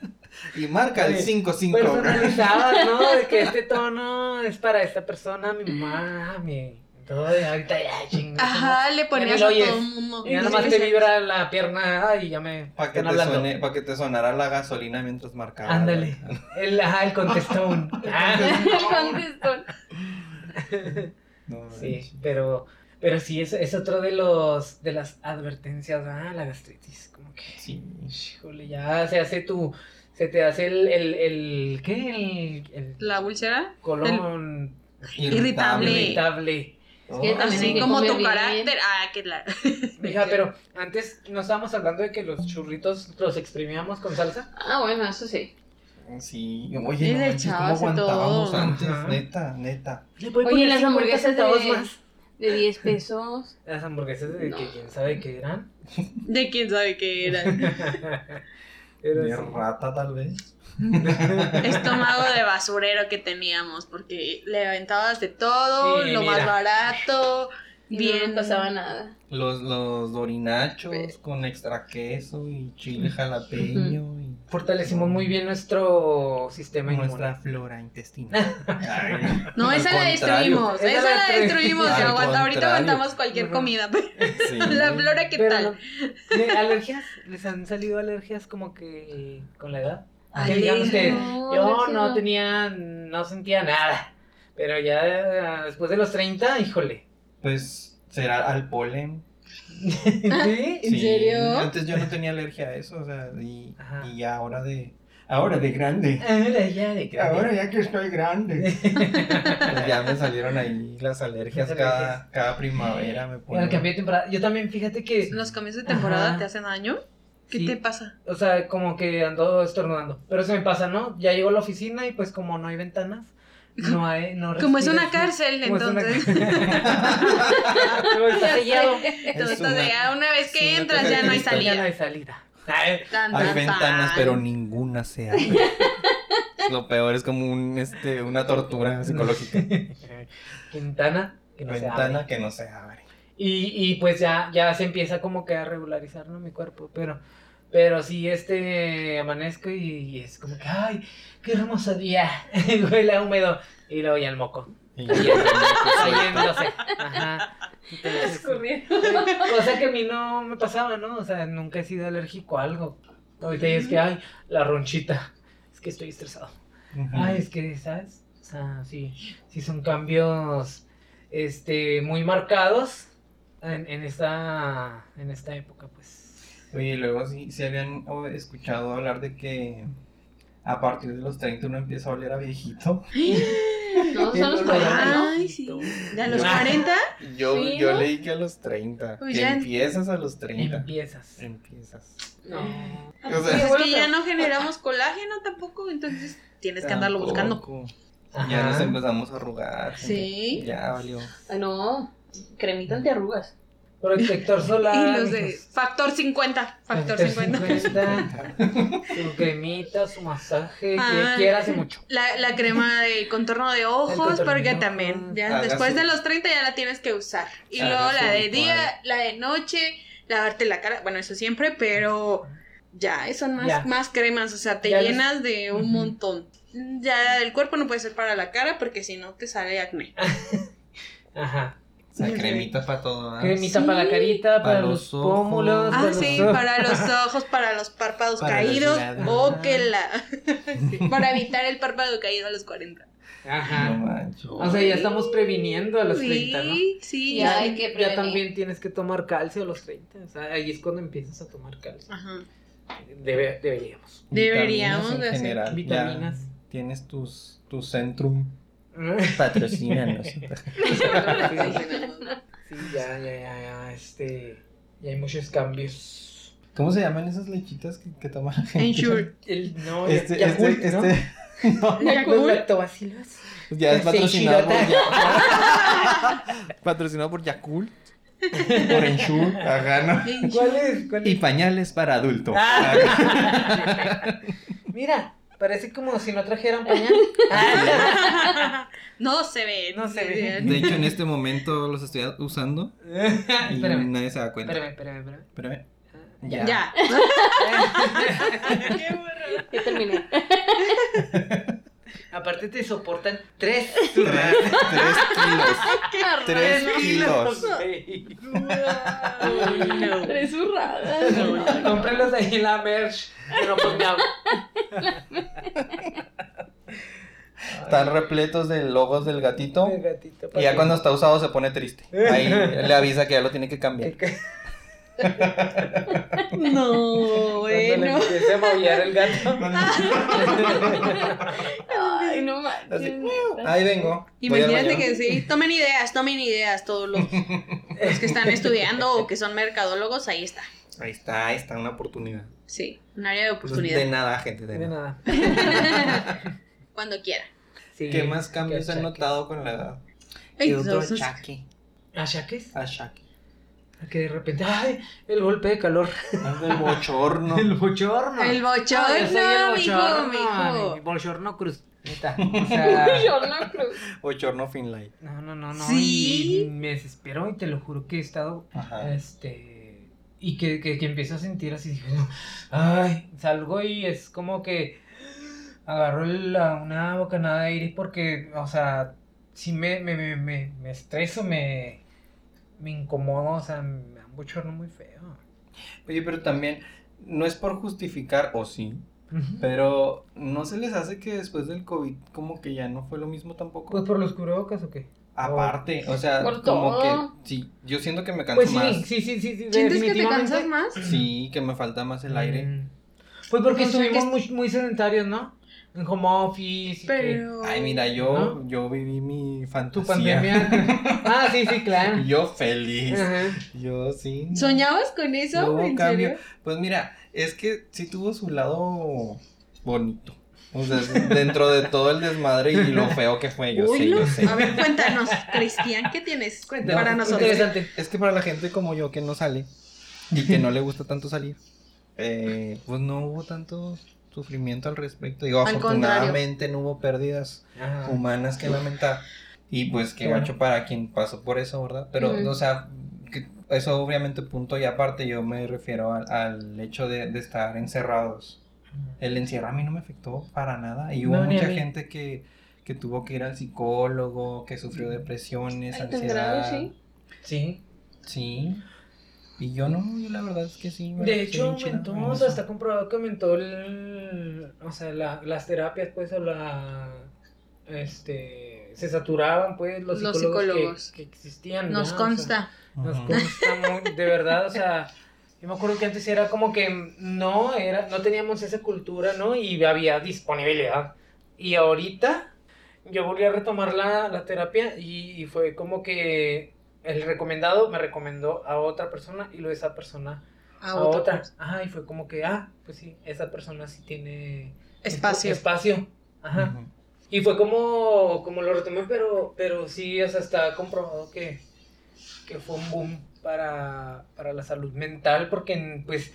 Speaker 2: y marca el 55.
Speaker 4: Personalizado, ¿no? De que este tono es para esta persona, mi mamá, mi. Todo de ahorita ya, chingada.
Speaker 5: Ajá, le ponías
Speaker 4: Ya
Speaker 5: a
Speaker 4: ni lo
Speaker 5: todo el
Speaker 4: oyes.
Speaker 5: mundo.
Speaker 4: Ya nomás te vibra la pierna y ya me
Speaker 2: Para que,
Speaker 4: están
Speaker 2: te
Speaker 4: hablando.
Speaker 2: suene- pa' que te sonara la gasolina mientras marcaba.
Speaker 4: Ándale. El, ajá, el contestón. Ah,
Speaker 3: Contestó.
Speaker 2: No,
Speaker 4: sí, pero, pero sí, es, es otro de los de las advertencias, ah, la gastritis. Como que,
Speaker 2: sí.
Speaker 4: híjole, ya se hace tu. Se te hace el. el, el ¿Qué? El, el
Speaker 5: La úlcera.
Speaker 4: colon
Speaker 5: Irritable.
Speaker 4: irritable.
Speaker 3: que también hay
Speaker 5: Así
Speaker 3: que
Speaker 5: como
Speaker 3: comer
Speaker 5: tu
Speaker 3: bien.
Speaker 5: carácter. Ah, que la.
Speaker 4: Mija, pero antes no estábamos hablando de que los churritos los exprimíamos con salsa.
Speaker 3: Ah, bueno, eso sí.
Speaker 2: Sí, oye,
Speaker 5: Y
Speaker 2: no
Speaker 5: le
Speaker 2: manches, ¿cómo
Speaker 5: echabas de
Speaker 2: aguantábamos
Speaker 5: todo.
Speaker 2: antes?
Speaker 4: Ajá.
Speaker 2: Neta, neta.
Speaker 4: Le voy a
Speaker 3: Oye,
Speaker 4: poner
Speaker 3: las
Speaker 4: 50
Speaker 3: hamburguesas de-
Speaker 4: centavos más.
Speaker 3: De 10 pesos.
Speaker 4: Las hamburguesas de que
Speaker 3: No.
Speaker 4: quién sabe qué eran.
Speaker 5: De quién sabe qué era.
Speaker 4: Pero
Speaker 2: De
Speaker 4: sí.
Speaker 2: rata, tal vez.
Speaker 5: estómago de basurero que teníamos, porque le aventabas de todo,
Speaker 4: Sí,
Speaker 5: lo más
Speaker 4: mira.
Speaker 5: barato,
Speaker 3: Y
Speaker 5: Bien.
Speaker 3: No nos pasaba nada.
Speaker 2: Los, los dorinachos con extra queso y chile jalapeño y
Speaker 4: Fortalecimos muy bien nuestro sistema
Speaker 2: nuestra
Speaker 4: inmune.
Speaker 2: flora intestinal. Ay,
Speaker 5: No,
Speaker 2: al
Speaker 5: esa la
Speaker 2: contrario.
Speaker 5: destruimos.
Speaker 4: Esa
Speaker 5: Esa
Speaker 4: la
Speaker 5: la
Speaker 4: destruimos.
Speaker 5: destruimos.
Speaker 2: Al
Speaker 5: ya aguanta- ahorita
Speaker 2: contrario.
Speaker 5: aguantamos cualquier
Speaker 4: Ajá.
Speaker 5: comida. pero
Speaker 2: Sí.
Speaker 5: La flora, ¿qué
Speaker 4: Pero
Speaker 5: tal?
Speaker 4: no. ¿De ¿Alergias? ¿Les han salido alergias como que con la edad? Que digan
Speaker 5: Alergias.
Speaker 4: ustedes,
Speaker 3: No,
Speaker 4: Yo
Speaker 3: alergias
Speaker 4: no
Speaker 3: no.
Speaker 4: tenía, no sentía nada. Pero ya eh, después de los 30, híjole.
Speaker 2: Pues será al polen.
Speaker 4: ¿Sí?
Speaker 3: ¿En serio?
Speaker 2: Antes yo no tenía alergia a eso, o sea, y,
Speaker 4: Ajá.
Speaker 2: y ya ahora de ahora de grande.
Speaker 4: Ahora ya de grande.
Speaker 2: Ahora ya que estoy grande. Pues ya me salieron ahí las alergias
Speaker 4: Las
Speaker 2: cada,
Speaker 4: alergias.
Speaker 2: cada primavera me
Speaker 4: Bueno,
Speaker 2: ponen.
Speaker 4: el cambio de temporada. Yo también, fíjate que,
Speaker 5: ¿Los cambios de temporada
Speaker 4: Ajá.
Speaker 5: te hacen daño? ¿Qué
Speaker 4: Sí.
Speaker 5: te pasa?
Speaker 4: o sea, como que ando estornudando. Pero se me pasa, ¿no? Ya llego a la oficina y pues como no hay ventanas, no hay, no
Speaker 5: Como es
Speaker 4: respiras,
Speaker 5: una
Speaker 4: ¿no?
Speaker 5: cárcel,
Speaker 4: Como es una-
Speaker 5: entonces.
Speaker 4: Como está sellado.
Speaker 5: Entonces,
Speaker 2: una-
Speaker 5: ya una vez
Speaker 2: es una
Speaker 5: que entras ya no hay
Speaker 2: cárcel.
Speaker 4: Ya no
Speaker 5: salida.
Speaker 4: hay salida. Ay,
Speaker 5: Tan, tan,
Speaker 2: Hay
Speaker 5: tan.
Speaker 2: ventanas, pero ninguna se abre. Lo peor es como un, este, una tortura psicológica.
Speaker 4: Ventana que no se abre.
Speaker 2: Ventana que no se abre.
Speaker 4: Y, y pues ya, ya se empieza como que a regularizar, ¿no? Mi cuerpo, pero, pero sí, este, amanezco y, y es como que, ay, qué hermoso día, huele a húmedo, y luego ya el moco,
Speaker 2: Y-
Speaker 4: saliéndose, ajá. Entonces, cosa que a mí no me pasaba, ¿no? O sea, nunca he sido alérgico a algo. Ahorita ya es que, ay, la ronchita, es que estoy estresado. Ay, es que, ¿sabes? O sea, sí, sí son cambios este, muy marcados en, en esta, en esta época, pues.
Speaker 2: Oye, y luego sí, sí habían o, escuchado hablar de que a partir de los 30 uno empieza a oler a viejito.
Speaker 3: No, son los
Speaker 4: Ay,
Speaker 3: cuarenta, ¿no?
Speaker 5: Ay, sí. ¿A los 40?
Speaker 2: Yo,
Speaker 3: Sí,
Speaker 2: yo
Speaker 3: ¿no?
Speaker 2: leí que a los 30.
Speaker 5: Pues
Speaker 2: que
Speaker 5: ya-
Speaker 2: empiezas a los 30.
Speaker 4: Empiezas.
Speaker 2: Empiezas.
Speaker 3: No.
Speaker 2: O
Speaker 5: Pues
Speaker 2: sea,
Speaker 5: es que ya no generamos colágeno tampoco, entonces tienes que andarlo buscando.
Speaker 2: tampoco.
Speaker 4: Ajá.
Speaker 2: Ya nos empezamos a arrugar.
Speaker 5: Sí.
Speaker 2: Ya valió.
Speaker 3: Ah, no. Cremita antiarrugas.
Speaker 4: Protector solar.
Speaker 5: Y los de
Speaker 4: mijos.
Speaker 5: factor 50, factor 50.
Speaker 4: 50, Su cremita, su masaje,
Speaker 5: Ah.
Speaker 4: que quieras y mucho.
Speaker 5: La, la crema de contorno de ojos,
Speaker 4: El contorno
Speaker 5: porque
Speaker 4: de
Speaker 5: también,
Speaker 4: ojos.
Speaker 5: ya
Speaker 2: Haga
Speaker 5: después
Speaker 2: su-
Speaker 5: de los 30 ya la tienes que usar. Y
Speaker 2: Haga
Speaker 5: luego
Speaker 2: su
Speaker 5: la de
Speaker 2: ritual.
Speaker 5: día, la de noche, lavarte la cara, bueno, eso siempre, pero ya, son más,
Speaker 4: Ya.
Speaker 5: más cremas, o sea, te
Speaker 4: Ya los-
Speaker 5: llenas de un
Speaker 4: Ujú.
Speaker 5: montón. Ya el cuerpo no puede ser para la cara porque si no te sale acné.
Speaker 4: Ajá.
Speaker 2: O sea,
Speaker 5: Sí.
Speaker 2: cremita para todo. ¿verdad?
Speaker 4: Cremita
Speaker 5: Sí.
Speaker 4: para la carita, para,
Speaker 2: Para
Speaker 4: los,
Speaker 2: los ojos.
Speaker 4: pómulos.
Speaker 5: Ah,
Speaker 4: para los
Speaker 5: sí,
Speaker 4: ojos.
Speaker 5: para los ojos, para los párpados
Speaker 2: Para los
Speaker 5: caídos,
Speaker 2: labios.
Speaker 5: o que la... Sí, para evitar el párpado caído a los 40.
Speaker 4: Ajá.
Speaker 2: No manches.
Speaker 4: O sea, ya estamos previniendo a los 30, ¿no?
Speaker 5: Sí, sí,
Speaker 3: Ya
Speaker 5: ya.
Speaker 3: hay que
Speaker 4: ya
Speaker 3: prevenir.
Speaker 4: también tienes que tomar calcio a los 30. O sea, ahí es cuando empiezas a tomar calcio.
Speaker 5: Ajá.
Speaker 4: Debe- deberíamos.
Speaker 5: Deberíamos
Speaker 2: Vitaminas
Speaker 5: de
Speaker 2: en
Speaker 5: hacer
Speaker 2: general. ya
Speaker 4: vitaminas.
Speaker 2: Tienes tus, tu centrum. Patrocínanos.
Speaker 4: sí, ya, ya, ya, ya. Este. Ya hay muchos cambios.
Speaker 2: ¿Cómo se llaman esas lechitas que, que toma la gente?
Speaker 5: Ensure.
Speaker 4: El, no,
Speaker 2: Este,
Speaker 4: ya,
Speaker 2: este, este.
Speaker 4: ¿no?
Speaker 2: no,
Speaker 4: Los lactobacilos.
Speaker 2: ya es
Speaker 4: Sí,
Speaker 2: patrocinado por
Speaker 4: Shirota.
Speaker 2: Ya- Patrocinado por Yakult. Por Ensure. Ajá, ¿no?
Speaker 4: ¿Cuál es? ¿Cuál
Speaker 2: Y
Speaker 4: es?
Speaker 2: pañales para adulto.
Speaker 4: Ah.
Speaker 2: Ah,
Speaker 4: Mira, parece como si no trajeran pañal.
Speaker 5: Ah. No se ve.
Speaker 4: No se ve.
Speaker 2: De hecho, en este momento los estoy usando y
Speaker 4: Ah, espérame,
Speaker 2: nadie se da cuenta.
Speaker 4: espérame, espérame, espérame. Ah,
Speaker 2: Espérame.
Speaker 5: Ya.
Speaker 2: Ya.
Speaker 3: Ya terminé.
Speaker 4: Aparte te soportan tres
Speaker 2: Tres, tres kilos. Tres kilos.
Speaker 3: Tres zurradas.
Speaker 4: Comprélos ahí en la merch. Pero pues me hago.
Speaker 2: Están repletos de logos del gatito.
Speaker 4: El gatito,
Speaker 2: Y ya
Speaker 4: papi.
Speaker 2: cuando está usado se pone triste. Ahí le avisa que ya lo tiene que cambiar.
Speaker 5: No,
Speaker 4: Cuando le
Speaker 5: bueno.
Speaker 4: empiece a maullar el gato.
Speaker 3: Ay, no manches.
Speaker 2: Así, Ahí vengo. Voy al
Speaker 5: Imagínate
Speaker 2: baño.
Speaker 5: que sí. Tomen ideas, tomen ideas todos los, los que están estudiando o que son mercadólogos, ahí está.
Speaker 2: Ahí está, ahí está una oportunidad. Pues,
Speaker 5: Sí, un área de
Speaker 2: De
Speaker 5: oportunidad.
Speaker 2: nada, gente, de
Speaker 4: De
Speaker 2: nada.
Speaker 4: nada.
Speaker 5: Cuando quiera.
Speaker 4: Sí,
Speaker 2: ¿Qué más cambios
Speaker 4: que
Speaker 2: han
Speaker 4: achaques.
Speaker 2: notado con la edad?
Speaker 5: Ay,
Speaker 2: ¿Qué otro
Speaker 5: Dios.
Speaker 2: achaque?
Speaker 4: ¿Achaques?
Speaker 2: Achaque.
Speaker 4: A Que de repente, ¡ay! El golpe de calor.
Speaker 2: Más del bochorno.
Speaker 4: bochorno.
Speaker 5: El
Speaker 4: Ah, yo soy
Speaker 5: bochorno, mijo,
Speaker 4: bochorno, mi
Speaker 5: mijo.
Speaker 4: Bochorno cruz. Neta. O sea.
Speaker 3: Horno cruz.
Speaker 6: O Chorno Finlay.
Speaker 4: No, no, no, no.
Speaker 5: Sí.
Speaker 4: y me desespero y te lo juro que he estado.
Speaker 2: Ajá.
Speaker 4: Este. Y que, que, que empiezo a sentir así. Dije, no, ay, salgo y es como que. Agarro la, una bocanada de aire porque, o sea, sí me, me, me, me, me estreso, me, me incomodo, o sea, me da un bochorno muy feo.
Speaker 2: Oye, pero también, no es por justificar, o sí, pero ¿no se les hace que después del COVID como que ya no fue lo mismo
Speaker 4: Pues
Speaker 2: tampoco?
Speaker 4: por los cubrebocas o qué?
Speaker 2: Aparte, o sea,
Speaker 3: Por
Speaker 2: como
Speaker 3: todo.
Speaker 2: que, sí, yo siento que me canso
Speaker 4: Pues sí,
Speaker 2: más.
Speaker 4: sí, sí, sí, sí,
Speaker 5: ¿Sientes que te
Speaker 4: definitivamente.
Speaker 5: cansas más?
Speaker 2: Sí, que me falta más el aire.
Speaker 4: Mm. Pues porque
Speaker 5: O sea,
Speaker 4: estuvimos
Speaker 5: que-
Speaker 4: muy, muy sedentarios, ¿no? En home office. y que-
Speaker 5: Pero.
Speaker 2: Ay, mira, yo, yo viví mi
Speaker 4: Tu
Speaker 2: fantasía.
Speaker 4: pandemia. ah, sí, sí, claro.
Speaker 2: Y Yo feliz.
Speaker 4: Ajá.
Speaker 2: Yo sí.
Speaker 5: ¿Soñabas con eso?
Speaker 2: Luego
Speaker 5: ¿En
Speaker 2: cambio.
Speaker 5: serio?
Speaker 2: Pues mira, es que sí tuvo su lado bonito. O sea, dentro de todo el desmadre y lo feo que fue, yo
Speaker 5: Uy,
Speaker 2: sé, yo
Speaker 5: no.
Speaker 2: sé.
Speaker 5: A ver, cuéntanos, Cristian, ¿qué tienes
Speaker 4: Cuéntame.
Speaker 5: para nosotros?
Speaker 4: Interesante.
Speaker 2: Es que para la gente como yo que no sale y que no le gusta tanto salir, eh, pues no hubo tanto sufrimiento al respecto. Digo,
Speaker 5: Al contrario.
Speaker 2: afortunadamente no hubo pérdidas
Speaker 4: Ajá.
Speaker 2: humanas que lamentar. Y pues qué
Speaker 4: Claro.
Speaker 2: gacho para quien pasó por eso, ¿verdad? Pero,
Speaker 3: Ujú.
Speaker 2: o sea, que eso obviamente punto y aparte, yo me refiero al, al hecho de, de estar encerrados. El encierro a mí no me afectó para nada. Y hubo
Speaker 4: No, ni a
Speaker 2: mucha
Speaker 4: mí.
Speaker 2: gente que, que tuvo que ir al psicólogo, que sufrió depresiones,
Speaker 3: Ay, tan
Speaker 2: ansiedad.
Speaker 3: grave,
Speaker 4: Sí.
Speaker 3: sí.
Speaker 2: Sí. Y yo no, yo la verdad es que sí. me
Speaker 4: De
Speaker 2: la pasé
Speaker 4: hecho,
Speaker 2: bien chida
Speaker 4: aumentó,
Speaker 2: con
Speaker 4: o sea,
Speaker 2: eso.
Speaker 4: está comprobado que aumentó el, o sea, la- las terapias, pues, o la, este, se saturaban, pues, los
Speaker 5: Los
Speaker 4: psicólogos,
Speaker 5: psicólogos.
Speaker 4: Que, que existían.
Speaker 5: Nos
Speaker 4: ¿no? O sea,
Speaker 5: consta.
Speaker 4: nos
Speaker 2: Ujú.
Speaker 4: consta muy, de verdad, o sea, yo me acuerdo que antes era como que no, era, no teníamos esa cultura, ¿no? Y había disponibilidad. Y ahorita yo volví a retomar la, la terapia y, y fue como que el recomendado me recomendó a otra persona y luego esa persona
Speaker 5: A
Speaker 4: a
Speaker 5: otra
Speaker 4: otra.
Speaker 5: cosa.
Speaker 4: Ajá, y fue como que, ah, pues sí, esa persona sí tiene
Speaker 5: Espacio.
Speaker 4: Espacio. Ajá.
Speaker 2: Ujú.
Speaker 4: Y fue como, como lo retomé, pero, pero sí, o sea, está comprobado que, que fue un boom para, para la salud mental, porque pues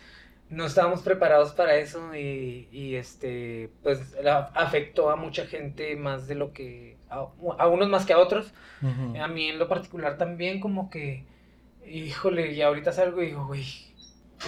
Speaker 4: no estábamos preparados para eso y, y, este, pues la- afectó a mucha gente más de lo que, a, a unos más que a otros.
Speaker 2: Ujú.
Speaker 4: A mí en lo particular también como que, híjole, y ahorita salgo y digo, güey,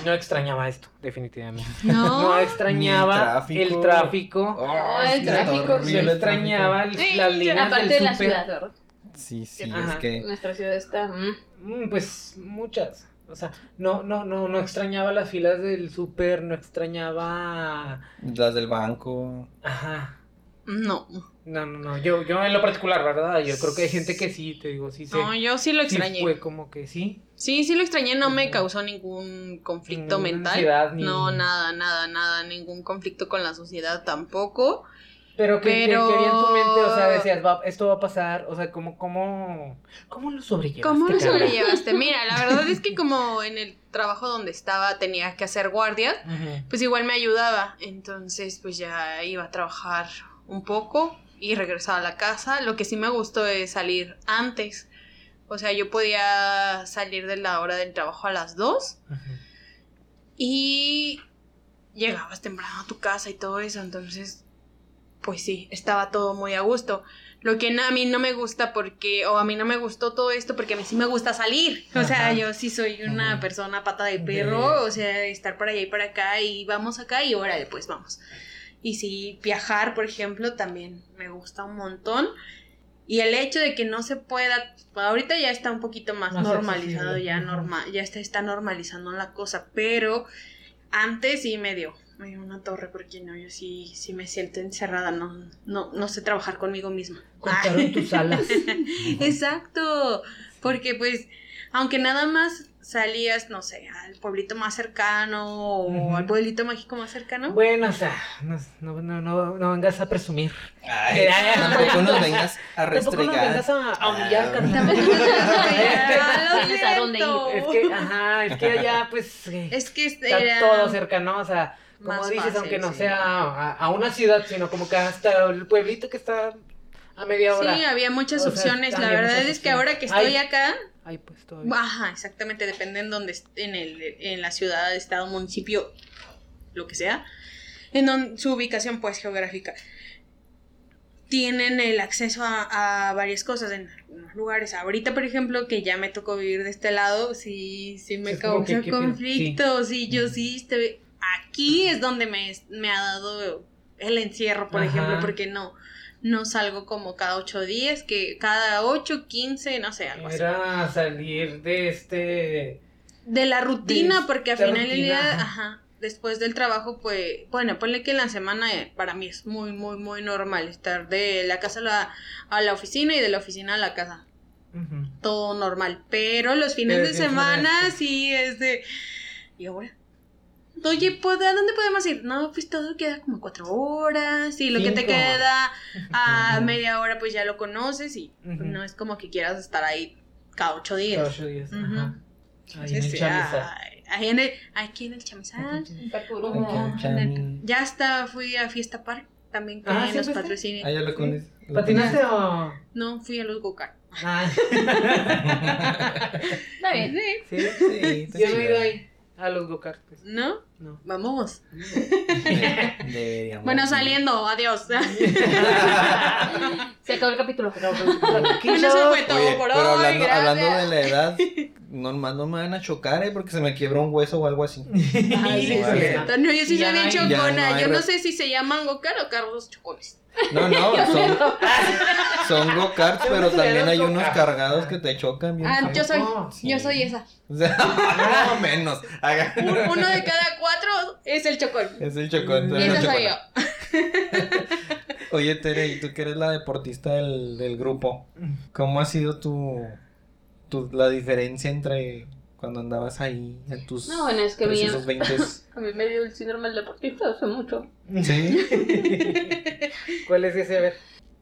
Speaker 4: no extrañaba esto, definitivamente. No,
Speaker 5: No.
Speaker 4: extrañaba
Speaker 2: Ni el
Speaker 4: el
Speaker 2: tráfico.
Speaker 4: tráfico.
Speaker 2: Oh,
Speaker 3: el
Speaker 2: sí,
Speaker 3: tráfico,
Speaker 2: está
Speaker 4: No
Speaker 2: horrible el
Speaker 4: extrañaba el-
Speaker 5: Sí,
Speaker 4: las líneas del
Speaker 3: Aparte de la
Speaker 4: súper.
Speaker 3: ciudad, ¿verdad?
Speaker 2: tráfico. Sí, sí,
Speaker 4: Ajá.
Speaker 2: es que.
Speaker 3: Nuestra ciudad está. mm.
Speaker 4: Mm, Pues muchas. O sea, no, no, no, no extrañaba las filas del súper, no extrañaba...
Speaker 2: Las del banco.
Speaker 4: Ajá.
Speaker 5: No.
Speaker 4: No, no, no, yo, yo en lo particular, ¿verdad? Yo creo que hay gente que sí, te digo, sí se...
Speaker 5: No, yo sí lo
Speaker 4: sí
Speaker 5: extrañé.
Speaker 4: fue como que sí.
Speaker 5: Sí, sí lo extrañé, no me causó ningún conflicto
Speaker 4: Ninguna
Speaker 5: mental.
Speaker 4: ansiedad, ni-
Speaker 5: No, nada, nada, nada, ningún conflicto con la sociedad tampoco.
Speaker 4: Pero que, que-
Speaker 5: Pero-
Speaker 4: que había en tu mente, o sea, decías, va, esto va a pasar, o sea, ¿cómo, cómo, cómo lo sobrellevaste?
Speaker 5: ¿Cómo lo
Speaker 4: Carla?
Speaker 5: sobrellevaste? Mira, la verdad es que como en el trabajo donde estaba tenía que hacer guardias,
Speaker 4: Ujú.
Speaker 5: pues igual me ayudaba. Entonces, pues ya iba a trabajar un poco y regresaba a la casa. Lo que sí me gustó es salir antes. O sea, yo podía salir de la hora del trabajo a las 2
Speaker 4: Ujú.
Speaker 5: Y llegabas temprano a tu casa y todo eso, entonces, pues sí, estaba todo muy a gusto. Lo que no- a mí no me gusta porque, o a mí no me gustó todo esto porque a mí sí me gusta salir. O sea,
Speaker 4: Ajá.
Speaker 5: yo sí soy una
Speaker 2: Ajá.
Speaker 5: persona pata de
Speaker 4: De-
Speaker 5: perro, o sea, estar para allá y para acá y vamos acá y ahora después vamos. Y sí, viajar, por ejemplo, también me gusta un montón. Y el hecho de que no se pueda, pues, ahorita ya está un poquito más
Speaker 4: Más
Speaker 5: normalizado,
Speaker 4: accesible.
Speaker 5: ya
Speaker 4: Ujú.
Speaker 5: norma, ya está, está normalizando la cosa, pero antes sí me dio, me dio una torre porque no, yo sí, sí me siento encerrada, no, no, no sé trabajar conmigo misma.
Speaker 4: Cortaron tus alas.
Speaker 5: Exacto, porque pues, aunque nada más salías, no sé, al pueblito más cercano o
Speaker 4: Ujú.
Speaker 5: al pueblito mágico más cercano.
Speaker 4: Bueno, o sea, no, no, no, no, no vengas a presumir.
Speaker 2: Ay, tampoco nos vengas a
Speaker 4: Tampoco nos
Speaker 2: restregar. Ah.
Speaker 4: vengas a, a humillar, Carla.
Speaker 5: Tampoco nos vamos a
Speaker 4: Es
Speaker 5: callar,
Speaker 3: Tienes a dónde ir.
Speaker 5: lo
Speaker 4: que- es
Speaker 5: siento.
Speaker 4: que, ajá, es que allá, pues, eh,
Speaker 5: Es que
Speaker 4: está
Speaker 5: era
Speaker 4: todo cerca, ¿no? O sea, como
Speaker 5: más
Speaker 4: dices,
Speaker 5: fácil,
Speaker 4: aunque no
Speaker 5: sí.
Speaker 4: sea a, a una ciudad, sino como que hasta el pueblito que está a media hora.
Speaker 5: Sí, había muchas
Speaker 4: O sea,
Speaker 5: opciones. La
Speaker 4: había
Speaker 5: verdad
Speaker 4: muchas
Speaker 5: es que ahora que estoy
Speaker 4: opciones. Ay.
Speaker 5: acá,
Speaker 4: Ay, pues todavía.
Speaker 5: ajá, exactamente, depende en donde est- en el en la ciudad, estado, municipio, lo que sea, en don- su ubicación pues geográfica. tienen el acceso a, a varias cosas en algunos lugares. Ahorita, por ejemplo, que ya me tocó vivir de este lado, sí, sí me
Speaker 4: Es como que
Speaker 5: causa
Speaker 4: aquí,
Speaker 5: conflictos y yo sí, este- aquí es donde me, me ha dado el encierro, por
Speaker 4: Ajá.
Speaker 5: ejemplo, porque no, no salgo como cada ocho días, que cada ocho, quince, no sé, algo así.
Speaker 4: Era salir de este.
Speaker 5: De la rutina,
Speaker 4: De
Speaker 5: porque al
Speaker 4: la
Speaker 5: final del
Speaker 4: rutina,
Speaker 5: día,
Speaker 4: ajá.
Speaker 5: ajá, después del trabajo, pues, bueno, ponle que en la semana eh, para mí es muy, muy, muy normal estar de la casa a la, a la oficina y de la oficina a la casa.
Speaker 4: Ujú.
Speaker 5: Todo normal. Pero los fines
Speaker 4: Pero
Speaker 5: de
Speaker 4: sí es una
Speaker 5: semana
Speaker 4: extra.
Speaker 5: sí es de. ¿Y ahora? Oye, ¿puedo- ¿a dónde podemos ir? No, pues todo queda como cuatro horas y lo que te
Speaker 4: Cinco.
Speaker 5: queda a
Speaker 4: Ujú.
Speaker 5: media hora pues ya lo conoces y
Speaker 4: Ujú.
Speaker 5: no es como que quieras estar ahí cada ocho días.
Speaker 4: Cada ocho días.
Speaker 5: Ujú.
Speaker 4: Ajá. Ahí en el
Speaker 5: Este,
Speaker 4: chamizal.
Speaker 5: ay, ahí en el- aquí en el chamizal.
Speaker 3: Parkour.
Speaker 2: Aquí en el chami.
Speaker 5: Ya hasta fui a Fiesta Park también que
Speaker 4: Ah, ¿sí
Speaker 5: nos
Speaker 4: fuiste?
Speaker 5: patrocina.
Speaker 2: Ah, ya lo conoces. Lo
Speaker 4: ¿Patinaste o.?
Speaker 5: No, fui a los Gokart.
Speaker 4: Ah,
Speaker 3: Está bien.
Speaker 4: sí.
Speaker 2: conoces. Sí, está
Speaker 4: Yo no he
Speaker 2: chido.
Speaker 4: ido ahí. A los go-karts. pues.
Speaker 5: ¿No?
Speaker 4: No.
Speaker 5: Vamos.
Speaker 2: De- deberíamos.
Speaker 5: Bueno, saliendo, adiós.
Speaker 3: Se acabó el capítulo.
Speaker 5: bueno, eso fue todo
Speaker 2: Oye,
Speaker 5: por
Speaker 2: pero
Speaker 5: hoy.
Speaker 2: hablando,
Speaker 5: gracias.
Speaker 2: hablando de la edad, nomás no me van a chocar, ¿eh? Porque se me quiebra un hueso o algo así.
Speaker 4: Ay,
Speaker 2: sí,
Speaker 4: Ah, sí,
Speaker 2: sí.
Speaker 4: sí.
Speaker 5: No, yo sí
Speaker 4: Ya
Speaker 5: soy
Speaker 4: no hay-
Speaker 5: bien
Speaker 4: ya
Speaker 5: chocona.
Speaker 2: no hay
Speaker 5: yo no
Speaker 2: re-
Speaker 5: sé si se llaman Gokart o carros chocones.
Speaker 2: No, no, son, son go-karts,
Speaker 4: Yo
Speaker 2: pero
Speaker 4: pensé que
Speaker 2: también
Speaker 4: eran
Speaker 2: hay unos
Speaker 4: go-karts.
Speaker 2: cargados que te chocan bien.
Speaker 5: Ah,
Speaker 2: feo.
Speaker 5: yo soy,
Speaker 4: no,
Speaker 5: yo
Speaker 2: sí.
Speaker 5: soy esa.
Speaker 2: O sea, más o menos. Haga-
Speaker 5: Un- Uno de cada cuatro es el chocón.
Speaker 2: Es el chocón.
Speaker 5: Y
Speaker 2: es el
Speaker 5: esa soy
Speaker 2: chocón.
Speaker 5: yo.
Speaker 2: Oye, Tere, ¿y tú que eres la deportista del, del grupo? ¿Cómo ha sido tu, tu- la diferencia entre cuando andabas ahí en tus
Speaker 3: No, bueno, es que mi-
Speaker 2: preciosos 20s?
Speaker 3: A mí me dio el síndrome del deportista hace mucho.
Speaker 2: Sí.
Speaker 4: ¿Cuál es ese? A ver.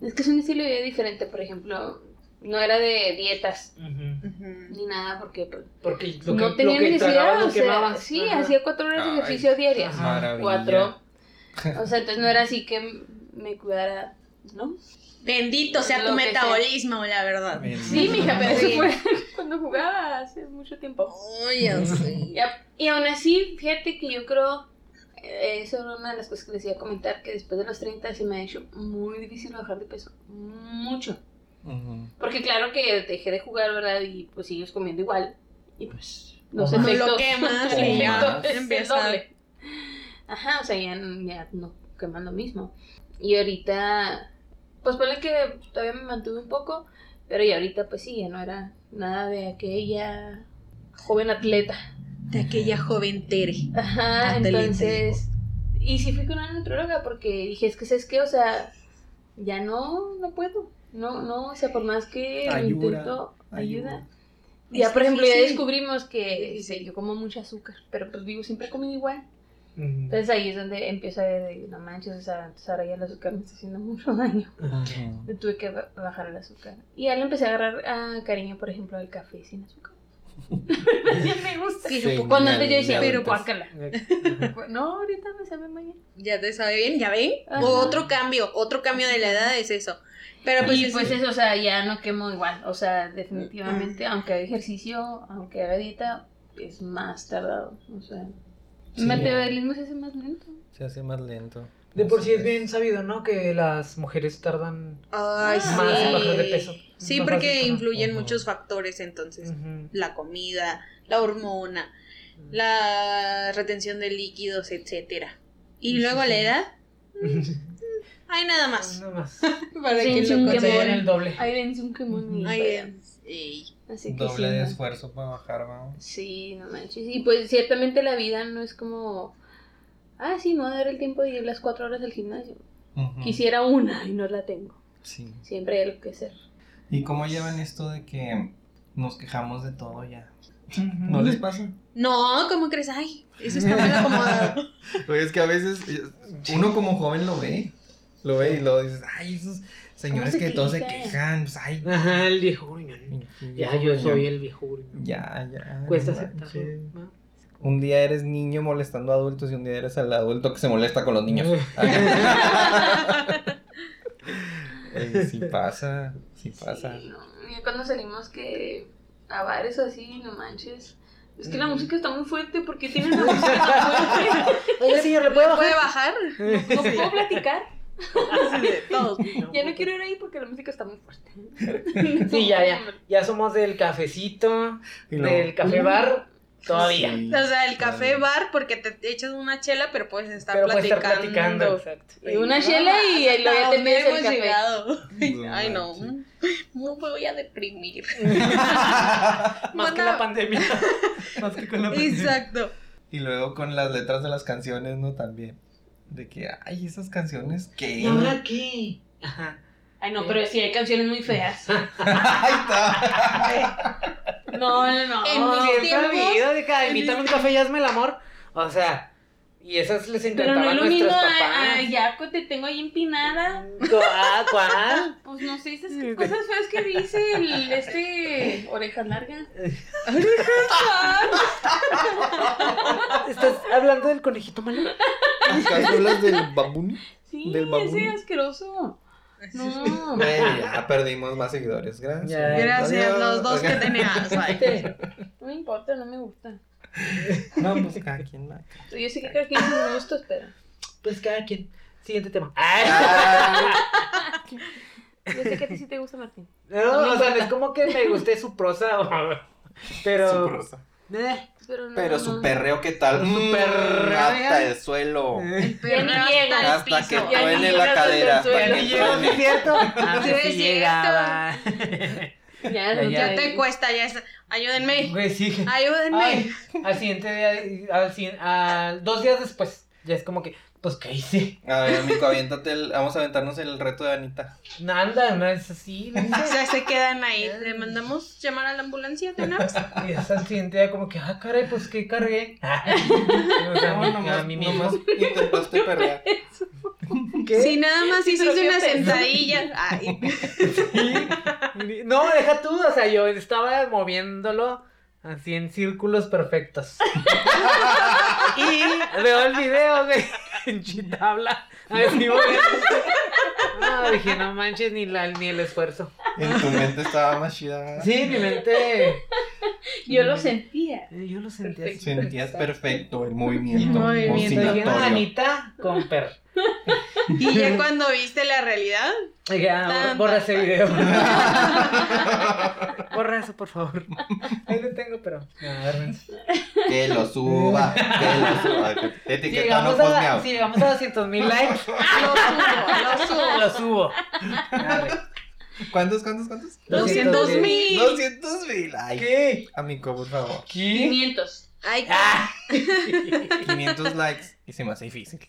Speaker 3: Es que es un estilo de vida diferente, por ejemplo. No era de dietas
Speaker 5: Ujú.
Speaker 3: ni nada porque pues,
Speaker 4: Porque lo que,
Speaker 3: no tenía
Speaker 4: lo que tragabas
Speaker 3: necesidad.
Speaker 4: lo
Speaker 3: O sea,
Speaker 4: quemabas.
Speaker 3: sí,
Speaker 4: Ajá.
Speaker 3: hacía cuatro horas de
Speaker 2: Ay,
Speaker 3: ejercicio diarias.
Speaker 4: Ajá.
Speaker 2: Maravilla.
Speaker 3: Cuatro. O sea, entonces no era así que me cuidara, ¿no?
Speaker 5: Bendito sea tu
Speaker 3: Lo que sea.
Speaker 5: metabolismo, la verdad.
Speaker 3: Sí, mija, pero
Speaker 5: Sí.
Speaker 3: eso fue cuando jugaba hace mucho tiempo.
Speaker 5: Ay, ya sé.
Speaker 3: Y, a- y aún así, fíjate que yo creo, eh, eso era una de las cosas que les iba a comentar, que después de los 30 se me ha hecho muy difícil bajar de peso, mucho.
Speaker 2: Ujú.
Speaker 3: Porque claro que dejé de jugar, ¿verdad? Y pues sigues comiendo igual. Y pues los
Speaker 4: Ajá.
Speaker 5: No
Speaker 3: efectos...
Speaker 5: lo quemas
Speaker 2: Efectos
Speaker 5: y ya
Speaker 3: es el
Speaker 5: empieza.
Speaker 3: doble. Ajá, o sea, ya, ya no queman lo mismo. Y ahorita, pues ponle que todavía me mantuve un poco, pero ya ahorita pues sí, ya no era nada de aquella joven atleta.
Speaker 5: De aquella joven Tere.
Speaker 3: Ajá,
Speaker 5: Atleta.
Speaker 3: entonces. Y sí fui con una nutróloga porque dije, es que sabes qué, o sea, ya no, no puedo. No, no, o sea, por más que lo
Speaker 2: Ayuda,
Speaker 3: intento, ayuda.
Speaker 2: ayuda.
Speaker 3: Ya,
Speaker 5: Es
Speaker 3: por ejemplo, ya
Speaker 5: difícil.
Speaker 3: descubrimos que dice, yo como mucho azúcar, pero pues vivo siempre he comido igual.
Speaker 4: Ujú.
Speaker 3: Entonces ahí es donde empiezo a ver, no manches, o sea, entonces ahora ya el azúcar me está haciendo mucho daño.
Speaker 2: Ujú.
Speaker 3: Me tuve que ba- bajar el azúcar. Y ya le empecé a agarrar ah, cariño, por ejemplo, al café sin azúcar. ya me gusta.
Speaker 5: Sí,
Speaker 2: Señal
Speaker 3: Cuando antes yo decía,
Speaker 2: de
Speaker 3: pero
Speaker 2: adultos.
Speaker 3: guácala. No, ahorita me sabe mañana.
Speaker 5: Ya te sabe bien, ya ven.
Speaker 3: Ajá.
Speaker 5: Otro cambio, otro cambio de la edad es eso. Pero pues,
Speaker 3: y
Speaker 5: es-
Speaker 3: pues eso, o sea, ya no quemo igual. O sea, definitivamente,
Speaker 5: Mm.
Speaker 3: aunque haga ejercicio, aunque haga dieta, es más tardado. O sea,
Speaker 2: Sí.
Speaker 3: el metabolismo se hace más lento.
Speaker 2: Se hace más lento.
Speaker 4: De por
Speaker 2: Así
Speaker 4: sí es bien sabido, ¿no? Que las mujeres tardan.
Speaker 5: Ay,
Speaker 3: Ah,
Speaker 4: más en bajar de
Speaker 5: sí.
Speaker 4: peso.
Speaker 5: Sí,
Speaker 4: Más
Speaker 5: porque
Speaker 4: fácil, ¿no?
Speaker 5: influyen
Speaker 2: Ujú.
Speaker 5: muchos factores entonces.
Speaker 4: Ujú.
Speaker 5: La comida, la hormona, la retención de líquidos, etcétera. Y
Speaker 4: Sí,
Speaker 5: luego
Speaker 4: sí,
Speaker 5: la
Speaker 4: sí.
Speaker 5: edad, hay nada más.
Speaker 4: Nada más.
Speaker 5: Para
Speaker 3: Sí,
Speaker 5: que
Speaker 3: sí,
Speaker 5: lo
Speaker 3: que
Speaker 5: consideren.
Speaker 4: Consideran el doble.
Speaker 3: Ay, dense un quemón. y-
Speaker 5: Ay, eh, sí.
Speaker 3: Así que
Speaker 2: Doble
Speaker 3: sí,
Speaker 2: de
Speaker 3: ¿no?
Speaker 2: esfuerzo para bajar, vamos.
Speaker 3: Sí, no manches. Y pues ciertamente la vida no es como, ah, sí, me voy a dar el tiempo de ir las cuatro horas al gimnasio.
Speaker 2: Ujú.
Speaker 3: Quisiera una y no la tengo.
Speaker 2: Sí.
Speaker 3: Siempre hay algo que hacer.
Speaker 2: ¿Y cómo llevan esto de que nos quejamos de todo ya? ¿No les pasa?
Speaker 5: No, ¿cómo crees? Ay, eso está mal acomodado.
Speaker 2: Oye, es que a veces eh, uno como joven lo ve, lo ve y luego dices, ay, esos señores
Speaker 3: se
Speaker 2: que todos se
Speaker 3: quejan?
Speaker 2: quejan, pues, ay.
Speaker 4: Ajá, el viejo gruñón. Ya, yo soy el viejo gruñón.
Speaker 2: Ya, ya.
Speaker 4: Cuesta
Speaker 2: no
Speaker 4: aceptarlo.
Speaker 2: manches.
Speaker 4: ¿no?
Speaker 2: Un día eres niño molestando a adultos y un día eres el adulto que se molesta con los niños. Ah, Ey, sí pasa, sí pasa.
Speaker 3: Sí, no. Ya cuando salimos que a bares o así, no manches. Es que la música está muy fuerte porque tiene una música tan fuerte.
Speaker 4: Oiga, señor, ¿le puedo
Speaker 5: ¿Puede
Speaker 4: bajar?
Speaker 5: bajar?
Speaker 3: No puedo platicar.
Speaker 5: Así de todos.
Speaker 3: Ya no quiero ir ahí porque la música está muy fuerte.
Speaker 4: Sí, ya, ya. Ya somos del cafecito,
Speaker 2: Y luego- uh,
Speaker 4: del café bar, todavía.
Speaker 2: Sí.
Speaker 5: O sea, el café
Speaker 2: Vale.
Speaker 5: bar porque te echas una chela, pero puedes estar
Speaker 4: Pero puede estar
Speaker 5: platicando.
Speaker 4: platicando. Exacto.
Speaker 3: Y una chela y
Speaker 5: Hasta
Speaker 3: luego ya te
Speaker 5: dónde
Speaker 3: pides el
Speaker 5: hemos
Speaker 3: café.
Speaker 5: llegado.
Speaker 2: No
Speaker 5: Ay, no.
Speaker 2: manches.
Speaker 5: No me voy a deprimir.
Speaker 4: Más que
Speaker 5: Manda-
Speaker 4: la pandemia. Más que con la
Speaker 5: Exacto.
Speaker 2: Y luego con las letras de las canciones, ¿no? También. De que, ay, esas canciones, ¿qué?
Speaker 4: ¿Y ahora qué? Ajá.
Speaker 3: Ay, no, pero sí hay canciones muy feas.
Speaker 2: Ahí está.
Speaker 3: No, no, no.
Speaker 5: En mis
Speaker 4: siempre
Speaker 5: tiempos-
Speaker 4: ha habido de que
Speaker 5: en
Speaker 4: invítame un
Speaker 5: mis-
Speaker 4: café y hazme el amor. O sea, y esas les
Speaker 3: Pero
Speaker 4: encantaban
Speaker 3: no es lo mismo
Speaker 4: nuestros
Speaker 3: a, a
Speaker 4: papás.
Speaker 3: Yaco, te tengo ahí empinada.
Speaker 4: ¿Cuál? ah, ¿Cuál?
Speaker 3: Pues no sé, esas cosas feas que dice el este orejas largas.
Speaker 4: ¿Estás hablando del conejito malo?
Speaker 2: Las canciones del babuni.
Speaker 3: Sí,
Speaker 2: Del babú.
Speaker 3: ese asqueroso. No.
Speaker 2: Ya perdimos más seguidores, gracias.
Speaker 4: Ya.
Speaker 5: Gracias,
Speaker 2: Adiós.
Speaker 5: los dos que tenías. Ay.
Speaker 4: Este,
Speaker 3: No me importa, no me gusta.
Speaker 2: No, pues cada quien más.
Speaker 3: Yo sé que cada quien tiene gustos, pero
Speaker 4: Pues cada quien. Siguiente tema.
Speaker 3: Ah, yo sé que a ti sí te gusta Martín.
Speaker 4: No, o sea, no es como que me guste su prosa. o-
Speaker 2: Su
Speaker 4: Pero.
Speaker 2: prosa.
Speaker 4: Eh,
Speaker 3: Pero, no,
Speaker 2: Pero
Speaker 3: no.
Speaker 2: su perreo, ¿qué tal?
Speaker 4: Su
Speaker 2: Mm,
Speaker 4: perreo,
Speaker 2: Hasta
Speaker 4: ya.
Speaker 2: el suelo.
Speaker 4: eh.
Speaker 5: Pero
Speaker 3: ni
Speaker 5: hasta
Speaker 3: llega.
Speaker 5: el
Speaker 2: Hasta que
Speaker 5: piso.
Speaker 3: Ya ni
Speaker 2: truene
Speaker 3: llegas
Speaker 2: la
Speaker 3: al
Speaker 2: cadera.
Speaker 3: suelo.
Speaker 2: hasta
Speaker 4: Ya ni Ah,
Speaker 2: que
Speaker 4: llegó, ¿sí es
Speaker 2: truene.
Speaker 4: cierto? A
Speaker 5: Sí,
Speaker 4: ver
Speaker 5: es
Speaker 4: si llegaba.
Speaker 3: Ya,
Speaker 4: Ya,
Speaker 3: no,
Speaker 4: ya.
Speaker 5: Ya te cuesta, ya es- Ayúdenme.
Speaker 4: Güey, sí.
Speaker 5: Ayúdenme.
Speaker 4: Ay, al siguiente día, al, siguiente- al- dos días después, ya es como que, pues, ¿qué hice?
Speaker 2: A ver, amigo, aviéntate el- Vamos a aventarnos el reto de Anita.
Speaker 4: Nada, no es así. ¿no?
Speaker 5: O sea, se quedan ahí. ¿Le mandamos llamar a la ambulancia de una vez?
Speaker 4: Y es al siguiente día como que, ah, caray, pues, ¿qué cargué? O sea,
Speaker 2: No,
Speaker 4: a
Speaker 2: nomás-
Speaker 4: mí
Speaker 2: nomás
Speaker 4: mismo.
Speaker 2: intentaste perrear.
Speaker 4: ¿Qué?
Speaker 5: Si nada más
Speaker 3: Sí, pero
Speaker 5: hiciste
Speaker 3: qué
Speaker 5: una
Speaker 3: pena.
Speaker 5: sentadilla. Ay,
Speaker 4: Sí. No, deja tú, o sea, yo estaba moviéndolo así en círculos perfectos. y veo el video, güey, en chitabla. Así moviéndose. No, dije, no manches ni, la, ni el esfuerzo.
Speaker 2: En tu mente estaba más chida.
Speaker 4: Sí, mi mente.
Speaker 3: Yo lo sentía.
Speaker 4: eh, Yo lo sentía así.
Speaker 2: Sentías perfecto el movimiento.
Speaker 5: Movimiento.
Speaker 4: Dije,
Speaker 2: oscilatorio.
Speaker 4: "Ah, Anita con per.
Speaker 5: y ya cuando viste la realidad,
Speaker 4: Dije, ah,
Speaker 5: Tan,
Speaker 4: borra
Speaker 5: tan,
Speaker 4: ese
Speaker 5: tan.
Speaker 4: video. borra eso, por favor. Ahí lo tengo, pero. A ver,
Speaker 2: Que lo suba, que lo suba. Etiqueta no pues,
Speaker 4: llegamos, a, la-
Speaker 2: posneado.
Speaker 4: si llegamos a 200 mil likes,
Speaker 5: lo subo, lo subo.
Speaker 4: lo subo. Arre.
Speaker 2: ¿Cuántos, cuántos, cuántos?
Speaker 5: 200 mil.
Speaker 2: 200 mil. Ay,
Speaker 4: ¿Qué?
Speaker 2: amigo, por favor.
Speaker 4: ¿Qué?
Speaker 3: 500.
Speaker 5: Ay,
Speaker 4: Ah,
Speaker 2: 500 likes. Y se me hace difícil.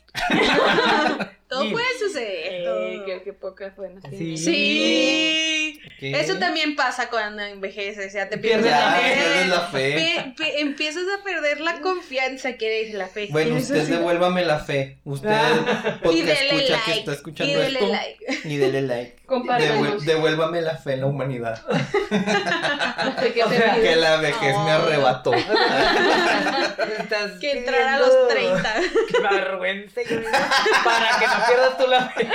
Speaker 5: todo
Speaker 4: sí.
Speaker 5: puede suceder.
Speaker 3: Eh,
Speaker 5: todo.
Speaker 3: qué, qué poca fue. No sé.
Speaker 4: Sí.
Speaker 5: Sí.
Speaker 2: ¿Qué?
Speaker 5: Eso también pasa cuando envejeces, o sea, te
Speaker 4: Pierdes
Speaker 5: pierdes
Speaker 2: Ya,
Speaker 5: la
Speaker 4: fe.
Speaker 2: pierdes
Speaker 5: fe.
Speaker 2: la fe.
Speaker 5: Pe- pe- empiezas a perder la confianza que eres la fe.
Speaker 2: Bueno,
Speaker 5: Eso
Speaker 2: usted
Speaker 5: sí.
Speaker 2: devuélvame la fe. Usted,
Speaker 4: Ah.
Speaker 5: Y
Speaker 2: porque
Speaker 5: dele
Speaker 2: escucha que
Speaker 5: like,
Speaker 2: está
Speaker 5: y
Speaker 2: escuchando
Speaker 5: dele
Speaker 2: esto.
Speaker 5: like.
Speaker 2: Y dele like. Devuel-
Speaker 3: Compártanos.
Speaker 2: devuélvame la fe en la humanidad.
Speaker 3: No sé qué
Speaker 4: O sea,
Speaker 2: Que
Speaker 3: sentido.
Speaker 2: la vejez me arrebató.
Speaker 4: estás
Speaker 5: Que entrar a
Speaker 4: pidiendo
Speaker 5: los 30.
Speaker 4: Qué vergüenza, yo digo, Para que no pierdas tú la fe.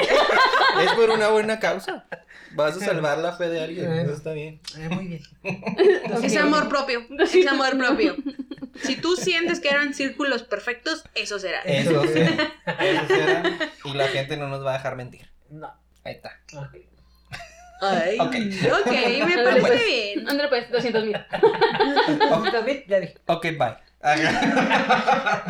Speaker 2: Es por una buena causa. Vas a salvar la fe de alguien.
Speaker 5: Eh.
Speaker 2: Eso está bien.
Speaker 4: muy bien.
Speaker 5: Es amor propio. Es amor propio. Si tú sientes que eran círculos perfectos, eso será.
Speaker 2: Eso sí. Eso será. Y la gente no nos va a dejar mentir.
Speaker 4: No.
Speaker 2: Ahí está.
Speaker 4: ok.
Speaker 5: Ay,
Speaker 2: Ok.
Speaker 5: ok, me
Speaker 3: Ándale,
Speaker 5: parece
Speaker 3: pues.
Speaker 5: bien.
Speaker 3: Ándale, pues, 200 mil.
Speaker 4: También ya dije.
Speaker 2: Ok, bye. Ajá.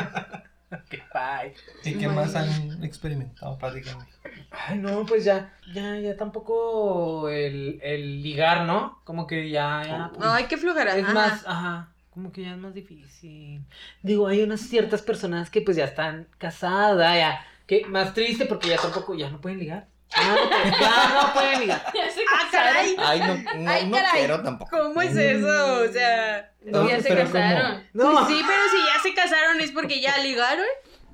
Speaker 4: Que bye.
Speaker 2: ¿Y qué más han experimentado? Platícame.
Speaker 4: Ay, no, pues ya, ya, ya tampoco el, el ligar, ¿no? Como que ya, ya. pues,
Speaker 5: Ay, qué flojera.
Speaker 4: Es
Speaker 5: Ajá.
Speaker 4: más, ajá, como que ya es más difícil. Digo, hay unas ciertas personas que pues ya están casadas, ya, que más triste porque ya tampoco, ya no pueden ligar. Ya no, pueden- ya no pueden ligar.
Speaker 3: Ya se
Speaker 5: Ah, caray.
Speaker 2: Ay, no, no,
Speaker 5: Ay,
Speaker 2: no
Speaker 5: caray.
Speaker 2: quiero tampoco.
Speaker 5: ¿Cómo es eso? O sea.
Speaker 2: No,
Speaker 3: ya se
Speaker 2: pero ¿cómo?
Speaker 3: casaron.
Speaker 4: No,
Speaker 5: Sí, pero si ya se casaron es porque ya ligaron.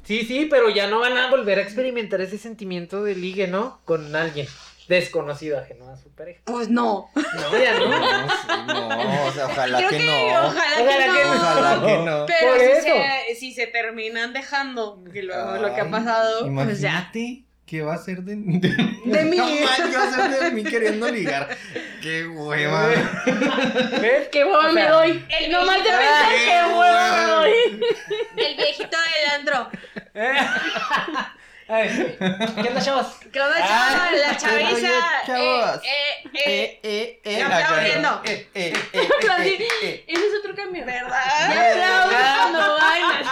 Speaker 4: sí, sí, pero ya no van a volver a experimentar ese sentimiento de ligue, ¿no? Con alguien desconocido, ajeno a su pareja.
Speaker 5: Pues no.
Speaker 4: No, ya
Speaker 2: No,
Speaker 4: no.
Speaker 2: sí, no, o sea, ojalá
Speaker 5: Creo
Speaker 2: que,
Speaker 5: que,
Speaker 2: no.
Speaker 5: ojalá,
Speaker 4: Ojalá
Speaker 5: que
Speaker 4: que
Speaker 5: no.
Speaker 2: Ojalá que no.
Speaker 5: Pero
Speaker 4: Por
Speaker 5: si
Speaker 4: eso.
Speaker 5: se, si se terminan dejando, que luego lo que ha
Speaker 2: Ay,
Speaker 5: pasado, pues ya.
Speaker 2: Imagínate qué va a ser de, de,
Speaker 5: De mí.
Speaker 2: No, man, ¿qué va a ser de mí queriendo ligar. Qué hueva.
Speaker 4: ¿Ves?
Speaker 3: ¡Qué hueva
Speaker 4: O sea,
Speaker 3: me doy!
Speaker 5: el
Speaker 3: ¡No más de
Speaker 5: Ay,
Speaker 3: verdad, ¡Qué hueva me doy!
Speaker 5: El viejito del antro.
Speaker 4: Eh. Ay, ¿Qué onda, chavos?
Speaker 5: ¿Qué onda,
Speaker 2: Ah,
Speaker 5: chavos? La chaviza.
Speaker 2: rollo, chavos.
Speaker 5: Eh, eh, eh.
Speaker 2: Eh, eh, eh.
Speaker 5: Ya
Speaker 2: la
Speaker 5: aplaudiendo.
Speaker 2: cara. Eh, eh, eh,
Speaker 3: Aplaudí.
Speaker 2: eh, eh, eh.
Speaker 3: Ese es otro cambio.
Speaker 5: ¿Verdad? Ah.
Speaker 3: Ya aplaudes cuando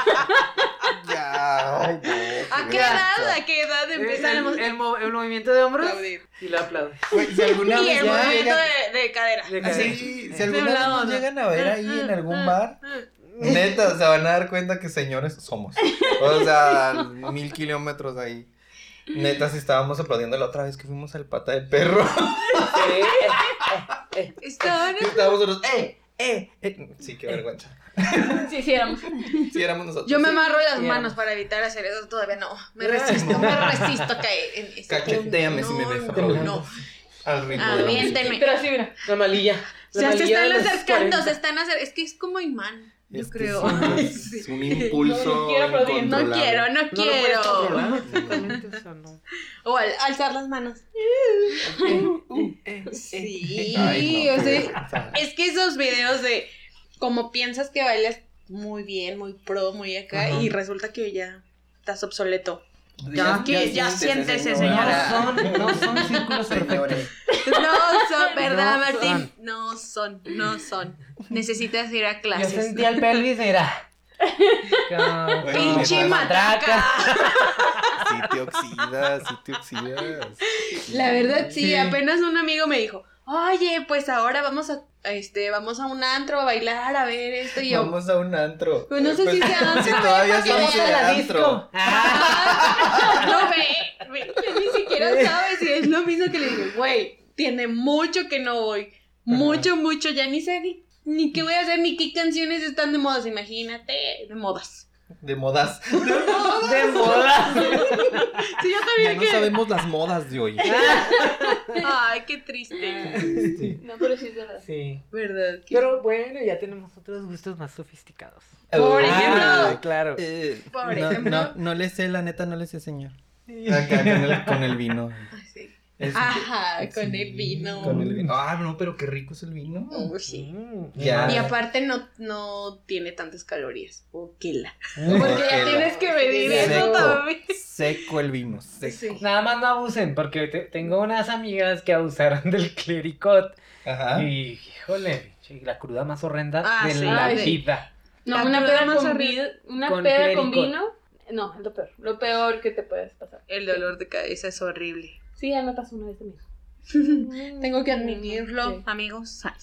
Speaker 3: bailas.
Speaker 2: Ya, ay, no,
Speaker 5: ¿A
Speaker 2: qué
Speaker 5: Ah, qué
Speaker 2: vergüenza.
Speaker 5: edad? ¿A qué
Speaker 4: Eh,
Speaker 5: edad empezamos
Speaker 4: el,
Speaker 5: a
Speaker 4: el mo- el movimiento de hombros
Speaker 5: aplaudir?
Speaker 4: y lo aplaudes.
Speaker 2: Güey, si alguna
Speaker 5: Y
Speaker 2: vez
Speaker 5: el
Speaker 2: ya
Speaker 5: movimiento
Speaker 2: llegan-
Speaker 5: de, de cadera.
Speaker 4: De
Speaker 2: Ah,
Speaker 4: cadera.
Speaker 2: sí, si
Speaker 4: Eh.
Speaker 2: alguna
Speaker 5: De
Speaker 2: vez
Speaker 5: un lado,
Speaker 2: nos
Speaker 5: ¿no?
Speaker 2: llegan a ver ahí
Speaker 5: Ah,
Speaker 2: en algún bar, neta, se van a dar cuenta que señores somos. O sea, mil kilómetros ahí. Neta, si estábamos aplaudiendo la otra vez que fuimos al pata de perro.
Speaker 4: Sí.
Speaker 5: Estaban
Speaker 2: y estábamos nosotros, ¡eh! ¡eh! eh". Sí, qué vergüenza.
Speaker 3: Si hiciéramos.
Speaker 2: Si éramos nosotros.
Speaker 5: Yo me amarro las
Speaker 4: Sí,
Speaker 5: manos
Speaker 4: éramos.
Speaker 5: para evitar hacer eso. Todavía no. Me resisto, me resisto a caer en ese
Speaker 2: Cacheteame
Speaker 5: punto.
Speaker 2: si me ves
Speaker 5: No,
Speaker 2: aplaudiendo.
Speaker 5: No,
Speaker 2: Al ritmo.
Speaker 5: Ah,
Speaker 2: de la música.
Speaker 5: aviéntenme.
Speaker 3: Pero así, mira.
Speaker 4: La malilla. La
Speaker 5: Ya se
Speaker 4: malilla
Speaker 5: están
Speaker 4: de los
Speaker 5: acercando,
Speaker 4: 40.
Speaker 5: se están acercando. Es que es como imán, yo
Speaker 2: Este
Speaker 5: creo.
Speaker 2: Es un, es un impulso.
Speaker 3: No, no quiero aplaudir.
Speaker 5: No
Speaker 2: incontrolable.
Speaker 5: quiero, no
Speaker 4: No lo puedes
Speaker 5: quiero.
Speaker 4: controlar, exactamente, eso no.
Speaker 5: O al- alzar las manos. Sí,
Speaker 2: Ay, no,
Speaker 5: o
Speaker 2: qué
Speaker 5: sea,
Speaker 2: vergüenza.
Speaker 5: es que esos videos de como piensas que bailas muy bien, muy pro, muy acá,
Speaker 2: Ajá.
Speaker 5: y resulta que ya estás obsoleto.
Speaker 2: Ya,
Speaker 5: que- ya siéntese,
Speaker 4: No
Speaker 5: señora.
Speaker 4: son, no son círculos perfectos.
Speaker 2: Señores.
Speaker 5: No son, ¿verdad,
Speaker 4: No
Speaker 5: Martín?
Speaker 4: son.
Speaker 5: No son, no son. Necesitas ir a
Speaker 4: Yo
Speaker 5: clases.
Speaker 4: sentí al pelvis, mira. Como-
Speaker 2: Bueno,
Speaker 5: Pinche
Speaker 2: Como
Speaker 5: matraca.
Speaker 2: Sí te oxidas, sí te oxidas.
Speaker 5: La verdad, sí,
Speaker 4: Sí.
Speaker 5: apenas un amigo me dijo, oye, pues ahora vamos a, este, vamos a un antro a bailar, a ver esto, y yo,
Speaker 2: Vamos a un antro.
Speaker 5: Pues no sé si sea antro,
Speaker 2: Si
Speaker 5: güey,
Speaker 2: todavía
Speaker 5: porque-
Speaker 2: somos
Speaker 4: Vamos a
Speaker 2: el
Speaker 4: la
Speaker 2: antro.
Speaker 4: disco. Ah,
Speaker 5: "Ah, no, ve, ve, yo ni siquiera sabes, y es lo mismo que le digo, güey, tiene mucho que no voy, mucho, mucho, ya ni sé ni, ni qué voy a hacer, ni qué canciones están de modas, imagínate, de modas.
Speaker 2: De modas.
Speaker 4: de moda.
Speaker 5: Sí, yo
Speaker 2: Ya
Speaker 5: también
Speaker 2: no
Speaker 5: que,
Speaker 2: sabemos las modas de hoy.
Speaker 5: ay, qué triste,
Speaker 3: No, pero sí es verdad.
Speaker 4: Sí.
Speaker 5: ¿verdad? Qué-
Speaker 4: Pero bueno, ya tenemos otros gustos más sofisticados.
Speaker 5: Por ejemplo.
Speaker 4: Ah, claro.
Speaker 2: Eh,
Speaker 5: Por
Speaker 2: no,
Speaker 5: ejemplo.
Speaker 2: no, no le sé, la neta, no le sé, señor. Acá con el, con el vino.
Speaker 5: Ay, sí.
Speaker 2: Es-
Speaker 5: Ajá, con
Speaker 2: sí,
Speaker 5: el vino. Oh,
Speaker 2: Con el vino. Ah, no, pero qué rico es el vino.
Speaker 5: Uy, sí.
Speaker 4: Mm,
Speaker 2: Ya.
Speaker 5: Y aparte no, no tiene tantas calorías. O que la.
Speaker 4: Mm.
Speaker 5: Porque ya
Speaker 2: Ojalá.
Speaker 5: tienes que medir eso
Speaker 2: Seco.
Speaker 5: también.
Speaker 2: Seco el vino, seco.
Speaker 5: Sí.
Speaker 4: Nada más no abusen, porque te- tengo unas amigas que abusaron del clericot.
Speaker 2: Ajá.
Speaker 4: Y, híjole, che, la cruda más horrenda
Speaker 5: Ah,
Speaker 4: de
Speaker 5: sí.
Speaker 4: la
Speaker 3: Ay, sí.
Speaker 4: vida.
Speaker 3: No,
Speaker 5: La
Speaker 3: una
Speaker 5: cruda
Speaker 3: peda
Speaker 5: más
Speaker 3: con,
Speaker 5: horrible.
Speaker 3: vid- una
Speaker 4: Con
Speaker 3: peda con
Speaker 4: clericot.
Speaker 3: vino. No, es lo peor. Lo peor que te puedes pasar.
Speaker 5: El dolor de cabeza es horrible.
Speaker 3: Sí, ya me pasó una vez también.
Speaker 5: Tengo que admitirlo,
Speaker 3: Mm, Sí.
Speaker 5: amigos. Ah,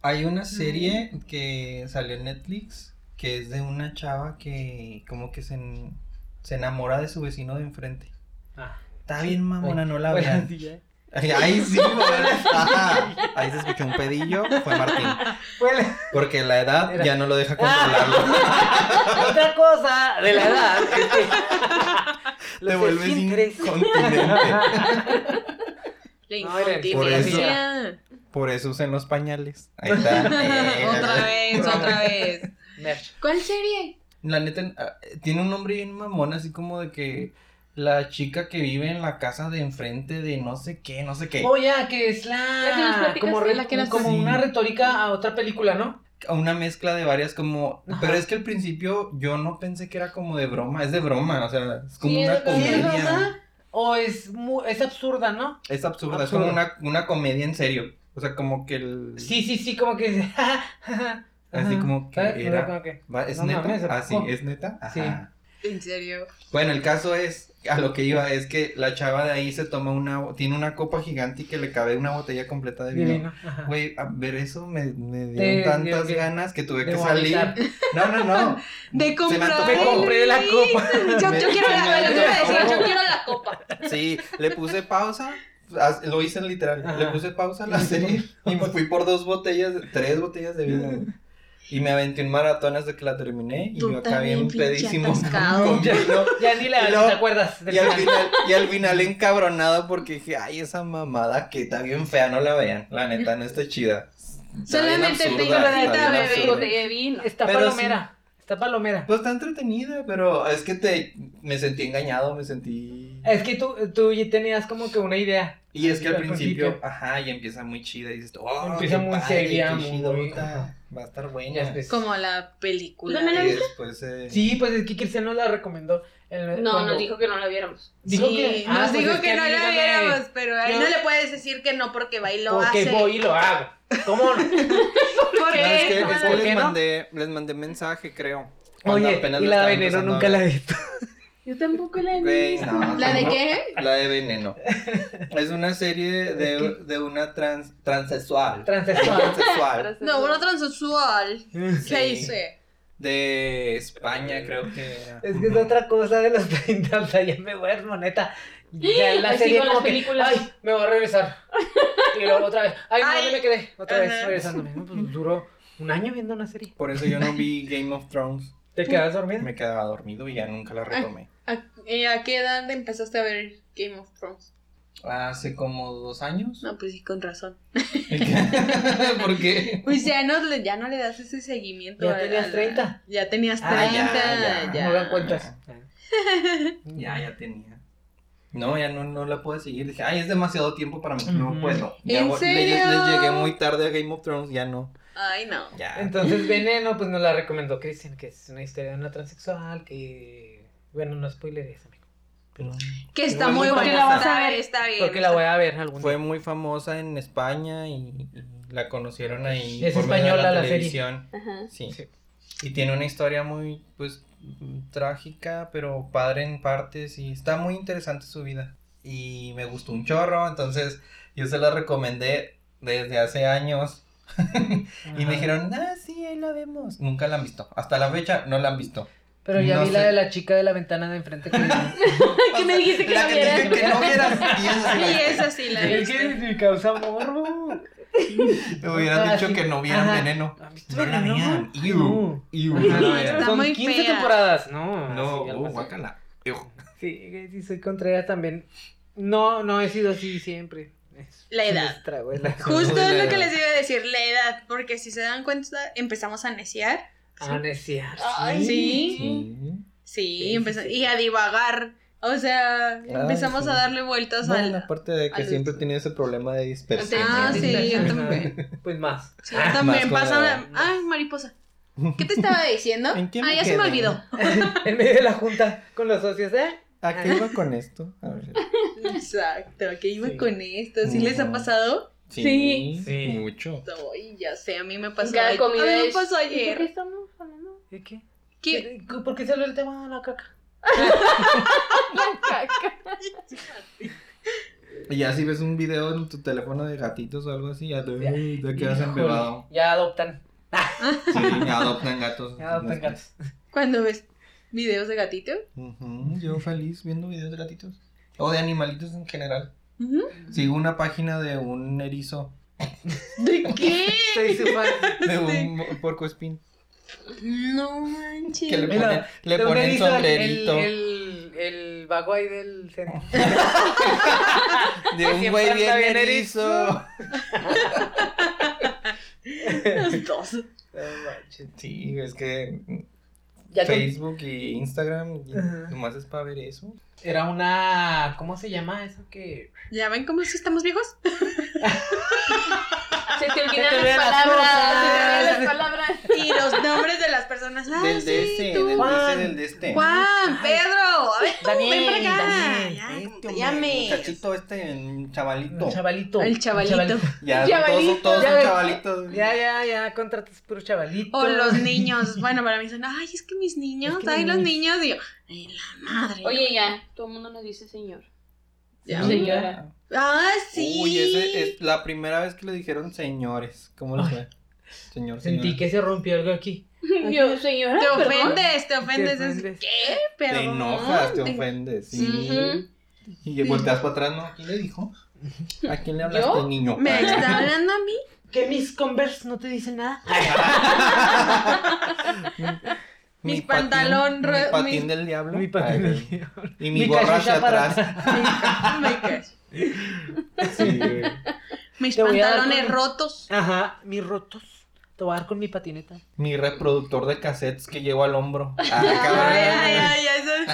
Speaker 2: Hay una serie que salió en Netflix que es de una chava que como que se, en- se enamora de su vecino de enfrente.
Speaker 4: Ah.
Speaker 2: Está bien mamona, no la
Speaker 4: Bueno,
Speaker 2: vean.
Speaker 4: sí, eh. ya.
Speaker 2: Ahí sí, bueno, ajá. Ahí se escuchó un pedillo, fue Martín.
Speaker 4: Bueno,
Speaker 2: Porque la edad
Speaker 4: Era. Ah,
Speaker 2: ya no lo deja controlarlo.
Speaker 4: otra cosa de la edad.
Speaker 2: Te vuelves
Speaker 4: interesante.
Speaker 2: incontinente.
Speaker 5: La
Speaker 4: No, era el-
Speaker 5: incontinencia.
Speaker 2: Por eso usen los pañales. Ahí está. Eh,
Speaker 5: Otra vez, otra vez. ¿Cuál serie?
Speaker 2: La neta, ah, tiene un nombre bien mamón, así como de que la chica que vive en la casa de enfrente de no sé qué, no sé qué.
Speaker 4: Oye, Oh, que es
Speaker 3: La que nos
Speaker 4: la.
Speaker 3: platicas,
Speaker 4: Como, re-
Speaker 5: la que nos-
Speaker 4: como
Speaker 2: Sí.
Speaker 4: una retórica a otra película, ¿no?
Speaker 2: Una mezcla de varias como...
Speaker 4: Ajá.
Speaker 2: Pero es que al principio yo no pensé que era como de broma, es de broma, o sea, es como
Speaker 3: Sí, es
Speaker 2: una
Speaker 3: verdad. Sí,
Speaker 4: ¿Es verdad?
Speaker 2: comedia.
Speaker 4: O es, mu- es absurda, ¿no?
Speaker 2: Es absurda, es
Speaker 4: Absurda.
Speaker 2: como una, una comedia en serio. O sea, como que el...
Speaker 4: Sí, sí, sí, como que.
Speaker 2: Así como que
Speaker 4: ¿Sabes?
Speaker 2: era-
Speaker 4: Como que-
Speaker 2: Va, ¿Es
Speaker 4: No
Speaker 2: neta?
Speaker 4: mames, ¿a
Speaker 2: ah, sí,
Speaker 4: poco?
Speaker 2: ¿es neta? Ajá.
Speaker 4: Sí.
Speaker 5: En serio.
Speaker 2: Bueno, el caso es, a lo que iba, es que la chava de ahí se toma una... Tiene una copa gigante y que le cabe una botella completa de vino.
Speaker 4: Divino, ajá.
Speaker 2: Güey, a ver eso me, me
Speaker 4: Te
Speaker 2: dieron
Speaker 4: dio
Speaker 2: tantas
Speaker 4: que-
Speaker 2: ganas que tuve
Speaker 4: de
Speaker 2: que salir.
Speaker 4: vomitar.
Speaker 2: No, no, no.
Speaker 5: De
Speaker 2: Se me antojó.
Speaker 5: comprar.
Speaker 4: Me compré la copa.
Speaker 5: Yo, yo quiero
Speaker 2: Se me
Speaker 5: la, yo te iba a decir,
Speaker 2: antojó.
Speaker 5: yo quiero la copa.
Speaker 2: Sí, le puse pausa. as- Lo hice literal.
Speaker 4: Ajá.
Speaker 2: Le puse pausa a la serie y me fui por dos botellas, tres botellas de vino. güey. Y me aventé un maratón hasta que la terminé. Y
Speaker 5: Tú
Speaker 2: yo acá bien
Speaker 5: también, pinche
Speaker 2: pedísimo. con-
Speaker 5: atascado.
Speaker 2: con vino.
Speaker 4: Ya ni la,
Speaker 2: Y luego-
Speaker 4: te acuerdas. del
Speaker 2: Y al,
Speaker 4: final.
Speaker 2: final, y al final encabronado porque dije, ay, esa mamada que está bien fea, no la vean. La neta, no está chida. Está bien
Speaker 5: Solamente te digo
Speaker 2: absurda, está
Speaker 5: la neta,
Speaker 2: bien
Speaker 5: bebé.
Speaker 2: absurda.
Speaker 3: Botella de vino.
Speaker 4: Está
Speaker 2: Pero
Speaker 4: palomera. Está palomera.
Speaker 2: Pues está entretenida, pero es que te me sentí engañado, me sentí.
Speaker 4: Es que tú, tú ya tenías como que una idea.
Speaker 2: Y es que al
Speaker 4: Al
Speaker 2: principio,
Speaker 4: principio.
Speaker 2: ajá, y empieza muy chida y dices, oh,
Speaker 4: Empieza
Speaker 2: qué
Speaker 4: muy
Speaker 2: padre,
Speaker 4: seria,
Speaker 2: qué chido,
Speaker 4: muy-
Speaker 2: está, va a estar buena.
Speaker 4: Ya, pues.
Speaker 5: Como la película.
Speaker 3: Dame la-
Speaker 2: Y después eh,
Speaker 4: Sí, pues es que Cristiano la recomendó. El-
Speaker 3: No,
Speaker 4: cuando-
Speaker 3: nos dijo que no la viéramos.
Speaker 4: Dijo
Speaker 5: Sí,
Speaker 4: que- ah,
Speaker 5: nos
Speaker 4: pues
Speaker 5: dijo
Speaker 4: es
Speaker 5: que, no
Speaker 4: a
Speaker 5: la
Speaker 4: mí
Speaker 5: viéramos, pero ahí
Speaker 4: yo-
Speaker 5: no le puedes decir que no porque va y lo
Speaker 4: Porque
Speaker 5: hace.
Speaker 4: pues voy y lo hago. ¿Cómo no?
Speaker 5: ¿Por
Speaker 6: No, es que,
Speaker 5: qué?
Speaker 6: es que
Speaker 4: ¿Por qué
Speaker 6: les,
Speaker 4: no?
Speaker 6: mandé, les mandé mensaje, creo. Cuando
Speaker 4: Oye,
Speaker 2: apenas
Speaker 4: y
Speaker 2: lo
Speaker 4: la
Speaker 2: estaba
Speaker 4: de veneno
Speaker 2: empezando a
Speaker 4: nunca
Speaker 2: ver.
Speaker 4: la he visto.
Speaker 3: Yo tampoco la
Speaker 2: Güey, no,
Speaker 5: ¿La de
Speaker 2: no.
Speaker 5: qué?
Speaker 2: La de Veneno. Es una serie de, de una trans, transexual.
Speaker 4: Transexual.
Speaker 2: Transexual.
Speaker 5: No, una transexual.
Speaker 2: Sí.
Speaker 5: ¿Qué dice?
Speaker 2: De España, creo que era.
Speaker 4: Es que es otra cosa de los 30, o sea, ya me duermo, neta. Ya la
Speaker 3: Así
Speaker 4: serie
Speaker 3: con
Speaker 4: como
Speaker 3: las
Speaker 4: que,
Speaker 3: películas.
Speaker 4: ay, me voy a regresar. Y luego otra vez, ay, no,
Speaker 5: Ay.
Speaker 4: ¿dónde me quedé? Otra vez
Speaker 5: Ajá.
Speaker 4: regresándome. No, pues duró un año viendo una serie.
Speaker 2: Por eso yo no vi Game of Thrones.
Speaker 4: ¿Te quedas dormido?
Speaker 2: Me quedaba dormido y ya nunca la retomé.
Speaker 5: ¿A, eh, a qué edad empezaste a ver Game of Thrones?
Speaker 4: Ah,
Speaker 2: Hace como dos años.
Speaker 5: No, pues sí, con razón.
Speaker 2: ¿Por qué?
Speaker 5: Pues ya no, le- ya no le das ese seguimiento.
Speaker 4: Ya
Speaker 5: a-
Speaker 4: tenías
Speaker 5: a la-
Speaker 4: 30.
Speaker 5: Ya tenías 30.
Speaker 2: Ah, ya,
Speaker 5: ya,
Speaker 2: ya.
Speaker 4: No hagan cuentas.
Speaker 2: Ya, ya tenía. No, ya no, no la pude seguir. Dije, ay, es demasiado tiempo para mí. No
Speaker 4: Ujú.
Speaker 2: puedo. Ya
Speaker 5: ¿En
Speaker 2: voy-
Speaker 5: serio?
Speaker 2: Les, les llegué muy tarde a Game of Thrones, ya no.
Speaker 5: Ay, no.
Speaker 2: Ya.
Speaker 4: Entonces, Veneno, pues nos la recomendó Cristian, que es una historia de una transexual que. Bueno, no spoileres, amigo. Pero...
Speaker 5: Que está
Speaker 2: Igual
Speaker 5: muy
Speaker 2: nunca
Speaker 5: buena.
Speaker 2: la vas a
Speaker 5: está-
Speaker 3: ver.
Speaker 5: Está bien.
Speaker 4: Porque la voy a ver algún
Speaker 2: Fue
Speaker 4: día.
Speaker 2: muy famosa en España y, y la conocieron ahí.
Speaker 4: Es
Speaker 2: medio de
Speaker 4: española la serie.
Speaker 2: televisión.
Speaker 3: Ajá.
Speaker 2: Sí.
Speaker 4: Sí.
Speaker 2: Y tiene una historia muy, pues, mm, trágica, pero padre en partes y está muy interesante su vida. Y me gustó un chorro, entonces yo se la recomendé desde hace años. Y
Speaker 4: Ajá.
Speaker 2: me dijeron, ah, sí, ahí la vemos. Nunca la han visto. Hasta la fecha no la han visto.
Speaker 4: Pero ya
Speaker 2: No
Speaker 4: vi la
Speaker 2: sé.
Speaker 4: de la chica de la ventana de enfrente que.
Speaker 3: ¿Qué me dijiste que
Speaker 2: la
Speaker 3: no
Speaker 2: que te
Speaker 3: vieras?
Speaker 2: dije que no vieras. y esa sí la
Speaker 5: Sí,
Speaker 2: vi.
Speaker 5: esa sí la
Speaker 4: es que
Speaker 5: viste.
Speaker 4: me causa morbo.
Speaker 2: Me hubieran
Speaker 4: Ah,
Speaker 2: dicho
Speaker 4: sí.
Speaker 2: que no vieran
Speaker 4: Ajá.
Speaker 2: veneno.
Speaker 4: ¿Han visto
Speaker 2: No la
Speaker 4: Veneno?
Speaker 2: vean. Ew.
Speaker 4: No.
Speaker 2: Ew,
Speaker 4: Ajá.
Speaker 2: no la vean.
Speaker 5: Está
Speaker 4: Son
Speaker 5: muy
Speaker 4: 15
Speaker 5: fea.
Speaker 4: temporadas, ¿no?
Speaker 2: No,
Speaker 4: así, algo
Speaker 2: uh,
Speaker 4: así.
Speaker 2: guácala. Ew.
Speaker 4: Sí, güey, sí, soy contraria también. No, no he sido así siempre. Es-
Speaker 5: La
Speaker 4: es
Speaker 5: edad.
Speaker 4: nuestra, güey, la-
Speaker 5: Justo
Speaker 2: Muy
Speaker 5: es
Speaker 2: la
Speaker 5: lo que
Speaker 2: edad.
Speaker 5: les iba a decir, la edad. Porque si se dan cuenta, empezamos a neciar.
Speaker 4: Ah, no es cierto.
Speaker 5: Ay, sí.
Speaker 2: Sí.
Speaker 5: Sí,
Speaker 4: Sí,
Speaker 5: empeza-
Speaker 4: sí, sí.
Speaker 5: y a divagar. O sea, empezamos
Speaker 2: sí.
Speaker 5: a darle vueltas
Speaker 2: No,
Speaker 5: al.
Speaker 2: aparte de que
Speaker 5: al-
Speaker 2: siempre tenía ese problema de dispersión.
Speaker 5: Ah,
Speaker 3: Sí,
Speaker 5: sí,
Speaker 3: sí,
Speaker 5: yo
Speaker 3: sí.
Speaker 5: también.
Speaker 4: Pues más.
Speaker 5: Sí, yo también
Speaker 2: Más con
Speaker 5: pasa.
Speaker 2: la-
Speaker 5: Ay, mariposa. ¿Qué te estaba diciendo?
Speaker 2: ¿En qué
Speaker 5: Ah,
Speaker 2: me
Speaker 5: ya se me
Speaker 2: quedé?
Speaker 5: olvidó.
Speaker 4: en medio de la junta con los socios, ¿eh?
Speaker 2: ¿A qué iba con esto? A ver.
Speaker 5: Exacto, que iba
Speaker 4: Sí.
Speaker 5: con esto. ¿Sí les ha
Speaker 2: Ujú.
Speaker 5: pasado?
Speaker 2: Sí,
Speaker 4: Sí.
Speaker 2: mucho.
Speaker 5: Ay, ya sé, a mí me pasó.
Speaker 3: En cada
Speaker 5: ayer.
Speaker 3: comida
Speaker 5: a mí me
Speaker 3: es-
Speaker 5: pasó
Speaker 3: ¿Y por qué
Speaker 5: ayer.
Speaker 3: estamos hablando?
Speaker 4: ¿De qué?
Speaker 5: ¿Qué?
Speaker 4: ¿Por qué salió el tema de la caca?
Speaker 2: Y ya si ves un video en tu teléfono de gatitos o algo así, ya te, uy, te quedas
Speaker 4: Híjole,
Speaker 2: embebado.
Speaker 4: Ya adoptan.
Speaker 2: Sí, ya adoptan gatos.
Speaker 4: Ya adoptan gatos.
Speaker 5: Cuando ves videos de gatito.
Speaker 2: Ujú, Yo feliz viendo videos de gatitos. O de animalitos en general.
Speaker 5: Ujú.
Speaker 2: Sigo una página de un erizo,
Speaker 5: ¿De qué?
Speaker 4: Soy su fan.
Speaker 2: de un puerco espín.
Speaker 5: No manches.
Speaker 2: Que le
Speaker 4: Mira,
Speaker 2: ponen, le
Speaker 4: De un
Speaker 2: ponen
Speaker 4: erizo, el-
Speaker 2: sombrerito.
Speaker 4: El, el, el vago ahí del centro.
Speaker 2: De un
Speaker 4: Siempre
Speaker 2: güey
Speaker 4: anda
Speaker 2: bien
Speaker 4: bien
Speaker 2: erizo.
Speaker 5: Los dos.
Speaker 2: Oh. Sí, es que
Speaker 4: Ya con-
Speaker 2: Facebook y Instagram y
Speaker 4: Ajá.
Speaker 2: nomás es para ver eso.
Speaker 4: Era una. ¿Cómo se llama eso que.?
Speaker 5: ¿Ya ven cómo sí estamos viejos?
Speaker 3: Se te
Speaker 4: Se te
Speaker 3: olvidan las
Speaker 4: olvidan las cosas.
Speaker 3: palabras. Se te olvidan las palabras.
Speaker 5: Y los nombres de las personas. Ah,
Speaker 2: del
Speaker 5: sí,
Speaker 2: de este,
Speaker 5: tú.
Speaker 2: del de este,
Speaker 4: Juan.
Speaker 2: del de este.
Speaker 5: Juan, Pedro, a ver, tú,
Speaker 4: Daniel,
Speaker 5: ven para acá.
Speaker 4: Daniel,
Speaker 5: Ya,
Speaker 2: Este, hombre,
Speaker 5: llame.
Speaker 2: Muchachito este, un chavalito.
Speaker 4: Un chavalito.
Speaker 5: El chavalito.
Speaker 2: Ya,
Speaker 3: Chavalito.
Speaker 2: todos, todos
Speaker 4: Ya
Speaker 2: son
Speaker 4: ves.
Speaker 2: chavalitos.
Speaker 4: Ya, ya, ya, contratas puro chavalito.
Speaker 5: O los niños. Bueno, para mí son, ay, es que mis niños,
Speaker 4: Es que
Speaker 5: ay,
Speaker 4: mis
Speaker 5: los niños. Y yo, ay, la madre.
Speaker 3: Oye, ya. Todo el mundo nos dice señor.
Speaker 5: Ya.
Speaker 3: Señora.
Speaker 5: Ah, sí.
Speaker 2: Uy, ese es la primera vez que le dijeron señores. ¿Cómo les fue? Señor,
Speaker 4: Sentí
Speaker 2: señora.
Speaker 4: Pues que se rompió algo aquí.
Speaker 3: Yo, señora.
Speaker 5: Te
Speaker 3: perdón.
Speaker 5: ofendes, te ofendes.
Speaker 4: Te
Speaker 5: es-
Speaker 4: ofendes.
Speaker 5: ¿Qué? Pero.
Speaker 2: Te enojas, te ofendes. Sí.
Speaker 3: Ujú.
Speaker 2: Y que volteas para atrás, ¿no? ¿Quién le dijo? ¿A quién le hablaste,
Speaker 3: ¿Yo?
Speaker 2: niño?
Speaker 5: ¿Me está hablando a mí?
Speaker 4: Que mis Converse no te dicen nada.
Speaker 5: Mis
Speaker 2: Mi patín-
Speaker 5: pantalón
Speaker 2: Mi
Speaker 5: re-
Speaker 2: patín
Speaker 5: mis-
Speaker 2: del diablo.
Speaker 4: Mi patín
Speaker 2: Ay,
Speaker 4: del diablo.
Speaker 2: Y mi,
Speaker 4: Mi
Speaker 2: gorra
Speaker 4: cachucha
Speaker 2: hacia
Speaker 4: para
Speaker 2: atrás.
Speaker 5: Me cacho.
Speaker 2: Sí, güey.
Speaker 5: Mis
Speaker 4: Te voy a dar
Speaker 5: pantalones
Speaker 4: con-
Speaker 5: rotos.
Speaker 4: Ajá, mis rotos. Te voy a dar con mi patineta.
Speaker 2: mi reproductor de cassettes que llevo al hombro. Ah,
Speaker 5: Ay,
Speaker 2: cabrón.
Speaker 5: ay, ay, eso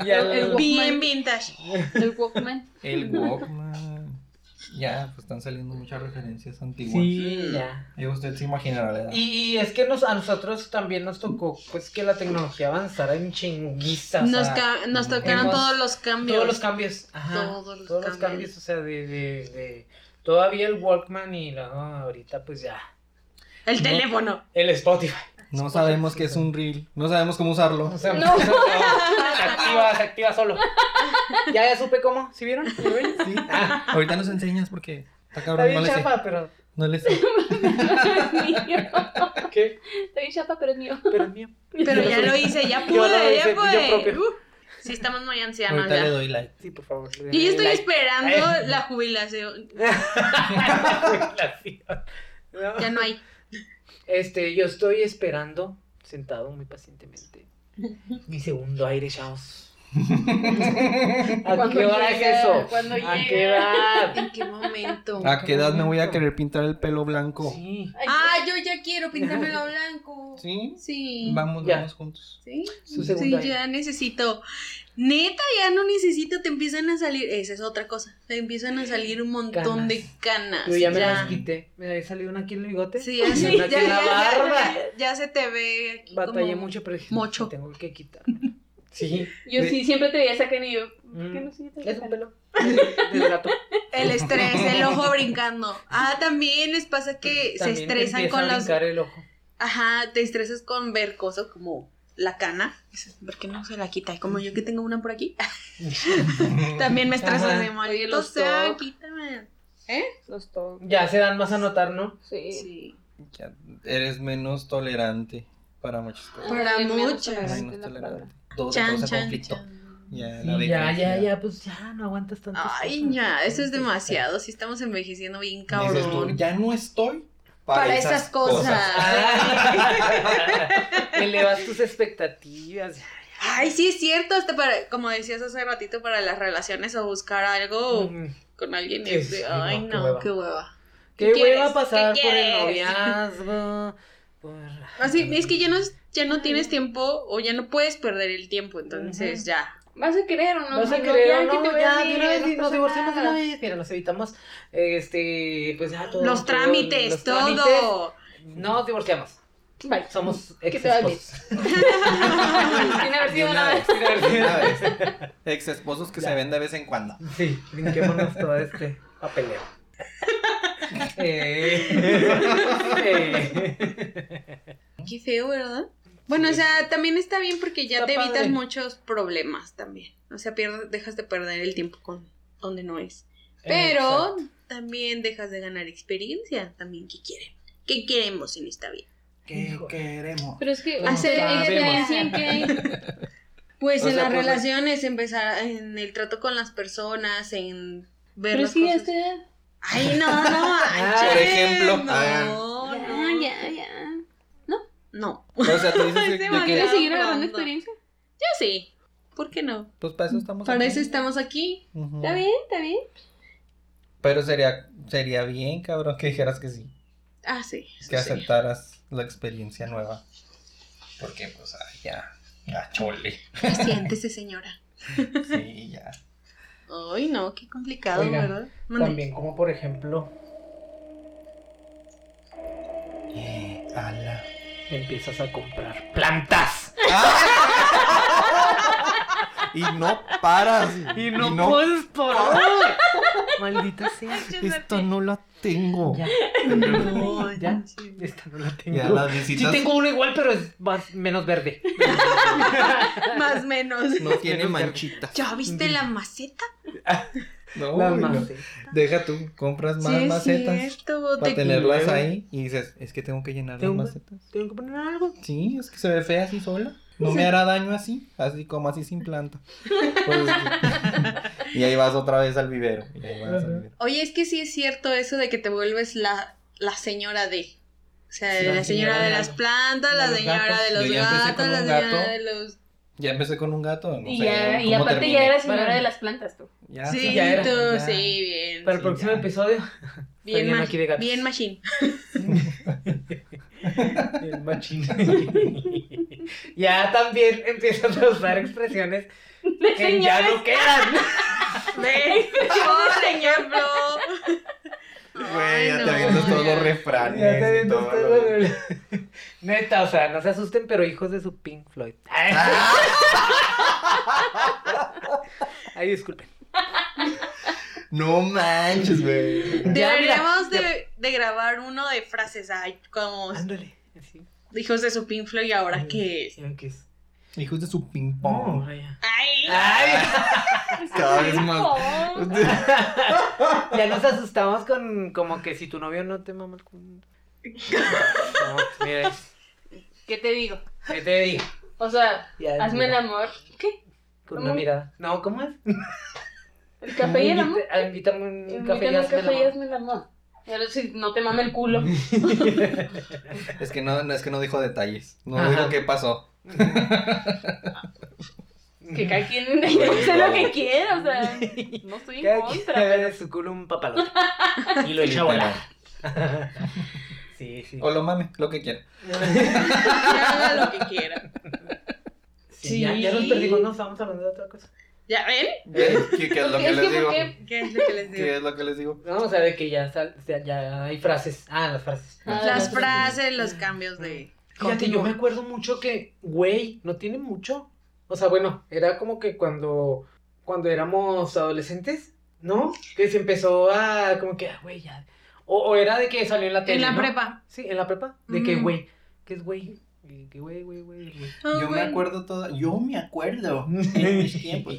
Speaker 5: es
Speaker 4: Y al-
Speaker 3: El-
Speaker 5: bien vintage.
Speaker 3: El Walkman.
Speaker 2: El Walkman. Ya, pues están saliendo muchas referencias antiguas.
Speaker 4: Sí, ya.
Speaker 2: Y usted se imaginará la edad.
Speaker 4: Y, y es que nos, a nosotros también nos tocó, pues, que la tecnología avanzara en chinguiza. o
Speaker 5: Nos,
Speaker 4: sea,
Speaker 5: ca- nos tocaron
Speaker 4: hemos-
Speaker 5: todos los cambios.
Speaker 4: Todos los cambios. Ajá,
Speaker 5: Todos los
Speaker 4: todos los
Speaker 5: cambios.
Speaker 4: cambios, o sea, de, de, de- Todavía el Walkman y luego ahorita, pues ya.
Speaker 5: El
Speaker 4: No.
Speaker 5: teléfono.
Speaker 4: El Spotify.
Speaker 2: No sabemos qué es un reel. No sabemos cómo usarlo.
Speaker 4: O sea,
Speaker 3: No.
Speaker 4: se activa, se activa solo. Ya, ya supe cómo. ¿Sí vieron? ¿Sí vieron?
Speaker 2: Sí. Ah, Ahorita nos enseñas porque está
Speaker 4: Está
Speaker 2: cabrón. No
Speaker 4: bien
Speaker 2: le sé.
Speaker 4: chapa, pero.
Speaker 2: No le sé.
Speaker 3: es mío.
Speaker 4: ¿Qué?
Speaker 3: Está bien chapa, pero es mío.
Speaker 4: Pero es mío.
Speaker 5: Pero ya lo hice, ya
Speaker 4: Yo
Speaker 5: pude,
Speaker 4: lo hice, yo
Speaker 5: ya pude.
Speaker 4: propio.
Speaker 5: Uh, sí, estamos muy ancianos
Speaker 2: Ahorita le
Speaker 5: ya.
Speaker 2: doy like.
Speaker 4: Sí, por favor.
Speaker 5: Yo ya estoy
Speaker 4: Like.
Speaker 5: esperando la jubilación.
Speaker 4: No.
Speaker 5: Ya no hay.
Speaker 4: Este, yo estoy esperando, sentado muy pacientemente, mi segundo aire, chavos. ¿A qué hora es eso?
Speaker 3: Cuando
Speaker 4: ¿A
Speaker 3: llega.
Speaker 4: qué edad?
Speaker 5: ¿En qué momento?
Speaker 2: ¿A qué edad me voy a querer pintar el pelo blanco?
Speaker 4: Sí.
Speaker 5: Ah, yo ya quiero pintármelo blanco.
Speaker 2: ¿Sí?
Speaker 5: Sí.
Speaker 2: Vamos,
Speaker 4: Ya.
Speaker 2: vamos juntos.
Speaker 5: Sí.
Speaker 4: Su
Speaker 5: Sí,
Speaker 4: segundo aire.
Speaker 5: ya necesito. Neta, ya no necesito, te empiezan a salir. Esa es otra cosa. Te empiezan a salir un montón
Speaker 4: Canas.
Speaker 5: de canas.
Speaker 4: Yo ya me
Speaker 5: ya.
Speaker 4: las quité. Me había salido una aquí en el bigote.
Speaker 5: Sí, ya,
Speaker 4: y
Speaker 5: se-
Speaker 4: una
Speaker 5: ya,
Speaker 4: aquí en la
Speaker 5: ya- ya-
Speaker 4: barba.
Speaker 5: ya se te ve aquí.
Speaker 4: Batallé
Speaker 5: como-
Speaker 4: mucho, pero dije,
Speaker 5: mocho.
Speaker 4: "Me tengo que quitar. Sí.
Speaker 3: Yo sí siempre te veía esa cara y yo, ¿por qué
Speaker 4: Mm.
Speaker 3: no sigue tan
Speaker 4: Es un
Speaker 3: cara?
Speaker 4: pelo. Del gato.
Speaker 5: El estrés, el ojo brincando. Ah, también les pasa que se
Speaker 4: También
Speaker 5: estresan
Speaker 4: empieza
Speaker 5: con
Speaker 4: a
Speaker 5: los.
Speaker 4: brincar el ojo.
Speaker 5: Ajá, te estresas con ver cosas como la cana. Dices, ¿Por qué no se la quita? Y como yo que tengo una por aquí. también me estresas
Speaker 4: Ajá.
Speaker 5: de morir.
Speaker 3: Oye,
Speaker 5: O
Speaker 3: los
Speaker 5: sea,
Speaker 3: toc.
Speaker 5: quítame.
Speaker 3: Los todos.
Speaker 4: Ya se dan más a notar, ¿no?
Speaker 3: Sí.
Speaker 5: Sí.
Speaker 2: Ya eres menos tolerante para muchas cosas.
Speaker 5: Para
Speaker 3: Ay, me
Speaker 5: muchas.
Speaker 3: gusta la
Speaker 2: Menos
Speaker 3: palabra.
Speaker 2: tolerante. Todo te
Speaker 5: Chan,
Speaker 2: causa
Speaker 5: chan,
Speaker 2: conflicto.
Speaker 5: chan.
Speaker 2: Ya,
Speaker 4: Sí,
Speaker 2: la
Speaker 4: ya,
Speaker 2: beca,
Speaker 4: ya, ya, pues ya, no aguantas tanto.
Speaker 5: Ay, ya, eso es demasiado. Sí, estamos envejeciendo bien
Speaker 2: Dices tú,
Speaker 5: cabrón.
Speaker 2: ya no estoy
Speaker 5: Para, esas cosas.
Speaker 4: Ah. Elevas tus expectativas.
Speaker 5: Ay, sí, es cierto. Hasta para, como decías hace ratito, para las relaciones o buscar algo
Speaker 4: Mm.
Speaker 5: con alguien.
Speaker 4: Sí,
Speaker 5: es de,
Speaker 4: sí,
Speaker 5: ay,
Speaker 4: no, qué
Speaker 5: no,
Speaker 4: hueva.
Speaker 5: qué hueva.
Speaker 4: ¿Qué
Speaker 5: quieres?
Speaker 4: va a pasar
Speaker 5: ¿Qué
Speaker 4: por el
Speaker 5: quieres?
Speaker 4: noviazgo? Por...
Speaker 5: Así, es que ya no, ya no tienes tiempo o ya no puedes perder el tiempo. Entonces,
Speaker 4: Ujú.
Speaker 5: ya.
Speaker 3: ¿Vas a querer o no?
Speaker 4: ¿Vas a
Speaker 3: Ay,
Speaker 4: querer
Speaker 3: ya,
Speaker 4: o
Speaker 3: que te
Speaker 4: no?
Speaker 3: voy a
Speaker 4: Ya, de
Speaker 3: decir,
Speaker 4: una vez,
Speaker 3: no
Speaker 4: y nos
Speaker 3: pasa
Speaker 4: divorciamos de
Speaker 3: nada.
Speaker 4: una vez. Mira, nos evitamos, este, pues ya todo.
Speaker 5: Los
Speaker 4: todo,
Speaker 5: trámites,
Speaker 4: los
Speaker 5: todo.
Speaker 4: trámites. No nos divorciamos.
Speaker 3: Bye.
Speaker 4: Somos
Speaker 3: Que
Speaker 4: ex
Speaker 3: te vaya
Speaker 4: esposos.
Speaker 3: Sin haber sido nada.
Speaker 2: Ex esposos que
Speaker 4: Ya.
Speaker 2: se ven de vez en cuando.
Speaker 4: Sí, brinquémonos todo este papeleo. Eh, eh.
Speaker 5: Qué feo, ¿verdad? Bueno, o sea, también está bien porque ya
Speaker 4: Está
Speaker 5: te evitas
Speaker 4: padre.
Speaker 5: muchos problemas también. O sea, pierdes, dejas de perder el tiempo con donde no es. Pero
Speaker 4: Eh, Exacto.
Speaker 5: también dejas de ganar experiencia también que quieren. ¿Qué queremos en esta vida?
Speaker 2: ¿Qué queremos?
Speaker 3: Pero es que,
Speaker 4: No
Speaker 3: hacer
Speaker 4: sabemos.
Speaker 3: experiencia en que
Speaker 5: Pues
Speaker 2: O
Speaker 5: en
Speaker 2: sea,
Speaker 5: las
Speaker 2: pues,
Speaker 5: relaciones, empezar en el trato con las personas, en ver
Speaker 3: Pero
Speaker 5: las
Speaker 3: es que ya
Speaker 5: cosas.
Speaker 3: está.
Speaker 5: Ay, no, no, manches,
Speaker 4: por
Speaker 2: ejemplo.
Speaker 4: Oh,
Speaker 5: No, no,
Speaker 3: Ya, ya, ya.
Speaker 5: no.
Speaker 2: O sea, tú dices que- de que,
Speaker 5: Demasiado.
Speaker 3: ¿Quieres seguir
Speaker 5: Pronto.
Speaker 3: agarrando experiencia?
Speaker 5: Yo sí. ¿Por qué no?
Speaker 2: pues para eso estamos
Speaker 5: Para
Speaker 2: aquí.
Speaker 5: eso estamos aquí.
Speaker 2: Ujú.
Speaker 3: Está bien, está bien.
Speaker 2: Pero sería, sería bien, cabrón, que dijeras que sí.
Speaker 5: Ah, sí. eso
Speaker 2: Que
Speaker 5: sí.
Speaker 2: aceptaras la experiencia nueva. Porque, pues, ay, ya. Ya, chole.
Speaker 5: Siéntese, señora.
Speaker 2: Sí, ya.
Speaker 5: Ay, no, qué complicado,
Speaker 4: Oiga,
Speaker 5: ¿verdad? Mande.
Speaker 4: También, como por ejemplo,
Speaker 2: Eh, ala.
Speaker 4: empiezas a comprar plantas.
Speaker 2: Y no paras.
Speaker 4: Y no, puedes parar. Maldita sea.
Speaker 2: Esto no la tengo.
Speaker 4: Ya.
Speaker 5: No,
Speaker 4: Oh. ya. Esta no la tengo.
Speaker 2: Ya las
Speaker 4: Sí
Speaker 2: visitas
Speaker 4: tengo uno igual, pero es más, menos verde.
Speaker 5: Más menos.
Speaker 2: no tiene manchitas.
Speaker 5: ¿Ya viste la maceta?
Speaker 2: No,
Speaker 4: Las
Speaker 2: uy, no.
Speaker 4: más, sí.
Speaker 2: Deja tú, compras más
Speaker 5: Sí, es
Speaker 2: macetas
Speaker 5: cierto,
Speaker 2: para
Speaker 5: te-
Speaker 2: tenerlas
Speaker 4: quiero.
Speaker 2: ahí y dices, es que tengo que llenar las
Speaker 4: Tengo-
Speaker 2: macetas.
Speaker 4: Tengo que poner algo.
Speaker 2: Sí, es que se ve fea así sola. No me hará daño así, así como así sin planta. Pues, y ahí vas otra vez al vivero. y ahí vas al vivero.
Speaker 5: Oye, es que sí es cierto eso de que te vuelves la, la señora de. O sea,
Speaker 4: Sí,
Speaker 5: la,
Speaker 4: la
Speaker 5: señora,
Speaker 4: señora
Speaker 5: de
Speaker 4: de
Speaker 5: las
Speaker 4: los-
Speaker 5: plantas,
Speaker 4: de
Speaker 5: la
Speaker 4: los
Speaker 5: señora
Speaker 4: gatos.
Speaker 5: de los
Speaker 2: Yo ya empecé
Speaker 5: gato,
Speaker 2: con
Speaker 5: la
Speaker 2: un
Speaker 5: señora
Speaker 2: gato.
Speaker 5: de los.
Speaker 2: Ya empecé con un gato, no
Speaker 3: Y,
Speaker 2: sé
Speaker 3: ya, y
Speaker 2: cómo
Speaker 3: aparte
Speaker 2: termine.
Speaker 3: ya eras señora
Speaker 4: Bueno.
Speaker 3: de las plantas tú.
Speaker 2: Ah, Ya,
Speaker 5: Sí,
Speaker 4: ya era,
Speaker 5: tú,
Speaker 4: ya.
Speaker 5: sí, bien.
Speaker 4: Para el próximo
Speaker 2: ya.
Speaker 4: episodio.
Speaker 5: bien,
Speaker 4: bien
Speaker 5: ma-
Speaker 4: aquí de gatos.
Speaker 5: bien machine.
Speaker 4: El machín. ya también empiezas a usar expresiones que ya no quedan.
Speaker 5: Por ejemplo.
Speaker 2: todos los
Speaker 4: Ya
Speaker 2: refranes.
Speaker 4: está
Speaker 2: y
Speaker 4: viendo
Speaker 2: todo
Speaker 4: usted
Speaker 2: lo-
Speaker 4: lo del- Neta, o sea, no se asusten, pero hijos de su Pink Floyd. Ay, disculpen.
Speaker 2: No manches, güey.
Speaker 5: Deberíamos de, de grabar uno de frases ay, como
Speaker 4: Ándale. Así.
Speaker 5: hijos de su Pink Floyd, ahora
Speaker 4: Ay,
Speaker 5: que es.
Speaker 4: ya que es.
Speaker 2: Hijos de su ping
Speaker 4: Oh,
Speaker 2: pong.
Speaker 4: vaya.
Speaker 5: Ay,
Speaker 4: Ay,
Speaker 2: Cada vez más.
Speaker 3: Oh.
Speaker 4: ya nos asustamos con como que si tu novio no te mama el culo. No, mira,
Speaker 3: ¿Qué te digo?
Speaker 4: ¿qué te digo?
Speaker 3: O sea,
Speaker 4: Ya,
Speaker 3: hazme el
Speaker 4: mira,
Speaker 3: amor. ¿Qué?
Speaker 4: Con una mirada. No, ¿cómo es?
Speaker 3: ¿El café y el amor?
Speaker 4: Invita- ah, Invítame un café y
Speaker 3: Invítame un
Speaker 4: hazme el
Speaker 3: café y
Speaker 4: amor.
Speaker 3: hazme el amor. Pero si no te mame el culo.
Speaker 2: Es que no, no, es que no dijo detalles. No
Speaker 4: Ajá.
Speaker 2: dijo qué pasó.
Speaker 3: Que cada quien sé lo que quiera, o sea, no estoy en
Speaker 4: Cada quien
Speaker 3: contra.
Speaker 4: le
Speaker 3: pero-
Speaker 4: da su culo un papalote. Y lo echa a volar. Sí, sí.
Speaker 2: O lo mame, lo que quiera.
Speaker 5: haga lo que quiera.
Speaker 4: Sí, Ya, ya nos
Speaker 3: Sí.
Speaker 4: perdimos, no, estábamos hablando de otra cosa.
Speaker 5: ¿Ya ven?
Speaker 2: ¿Qué, qué es lo que
Speaker 3: Es
Speaker 2: les
Speaker 3: que
Speaker 2: digo?
Speaker 3: porque-
Speaker 5: ¿Qué es lo que les digo?
Speaker 2: ¿Qué es lo que les digo?
Speaker 4: No, o sea, de que ya, sal- o sea, ya hay frases. Ah, las frases.
Speaker 3: Ah,
Speaker 5: Las frases, los cambios de.
Speaker 4: Fíjate, yo me acuerdo mucho que, güey, no tiene mucho. O sea, bueno, era como que cuando, cuando éramos adolescentes, ¿no? Que se empezó a, como que, ah, güey, ya. O, o era de que salió en la tele.
Speaker 5: En la
Speaker 4: ¿no?
Speaker 5: prepa.
Speaker 4: Sí, en la prepa. De que,
Speaker 5: Ujú.
Speaker 4: güey, ¿qué es güey? Y Que güey, güey, güey, güey.
Speaker 2: Yo me
Speaker 5: Bueno,
Speaker 2: acuerdo todo. Yo me acuerdo. En mis tiempos.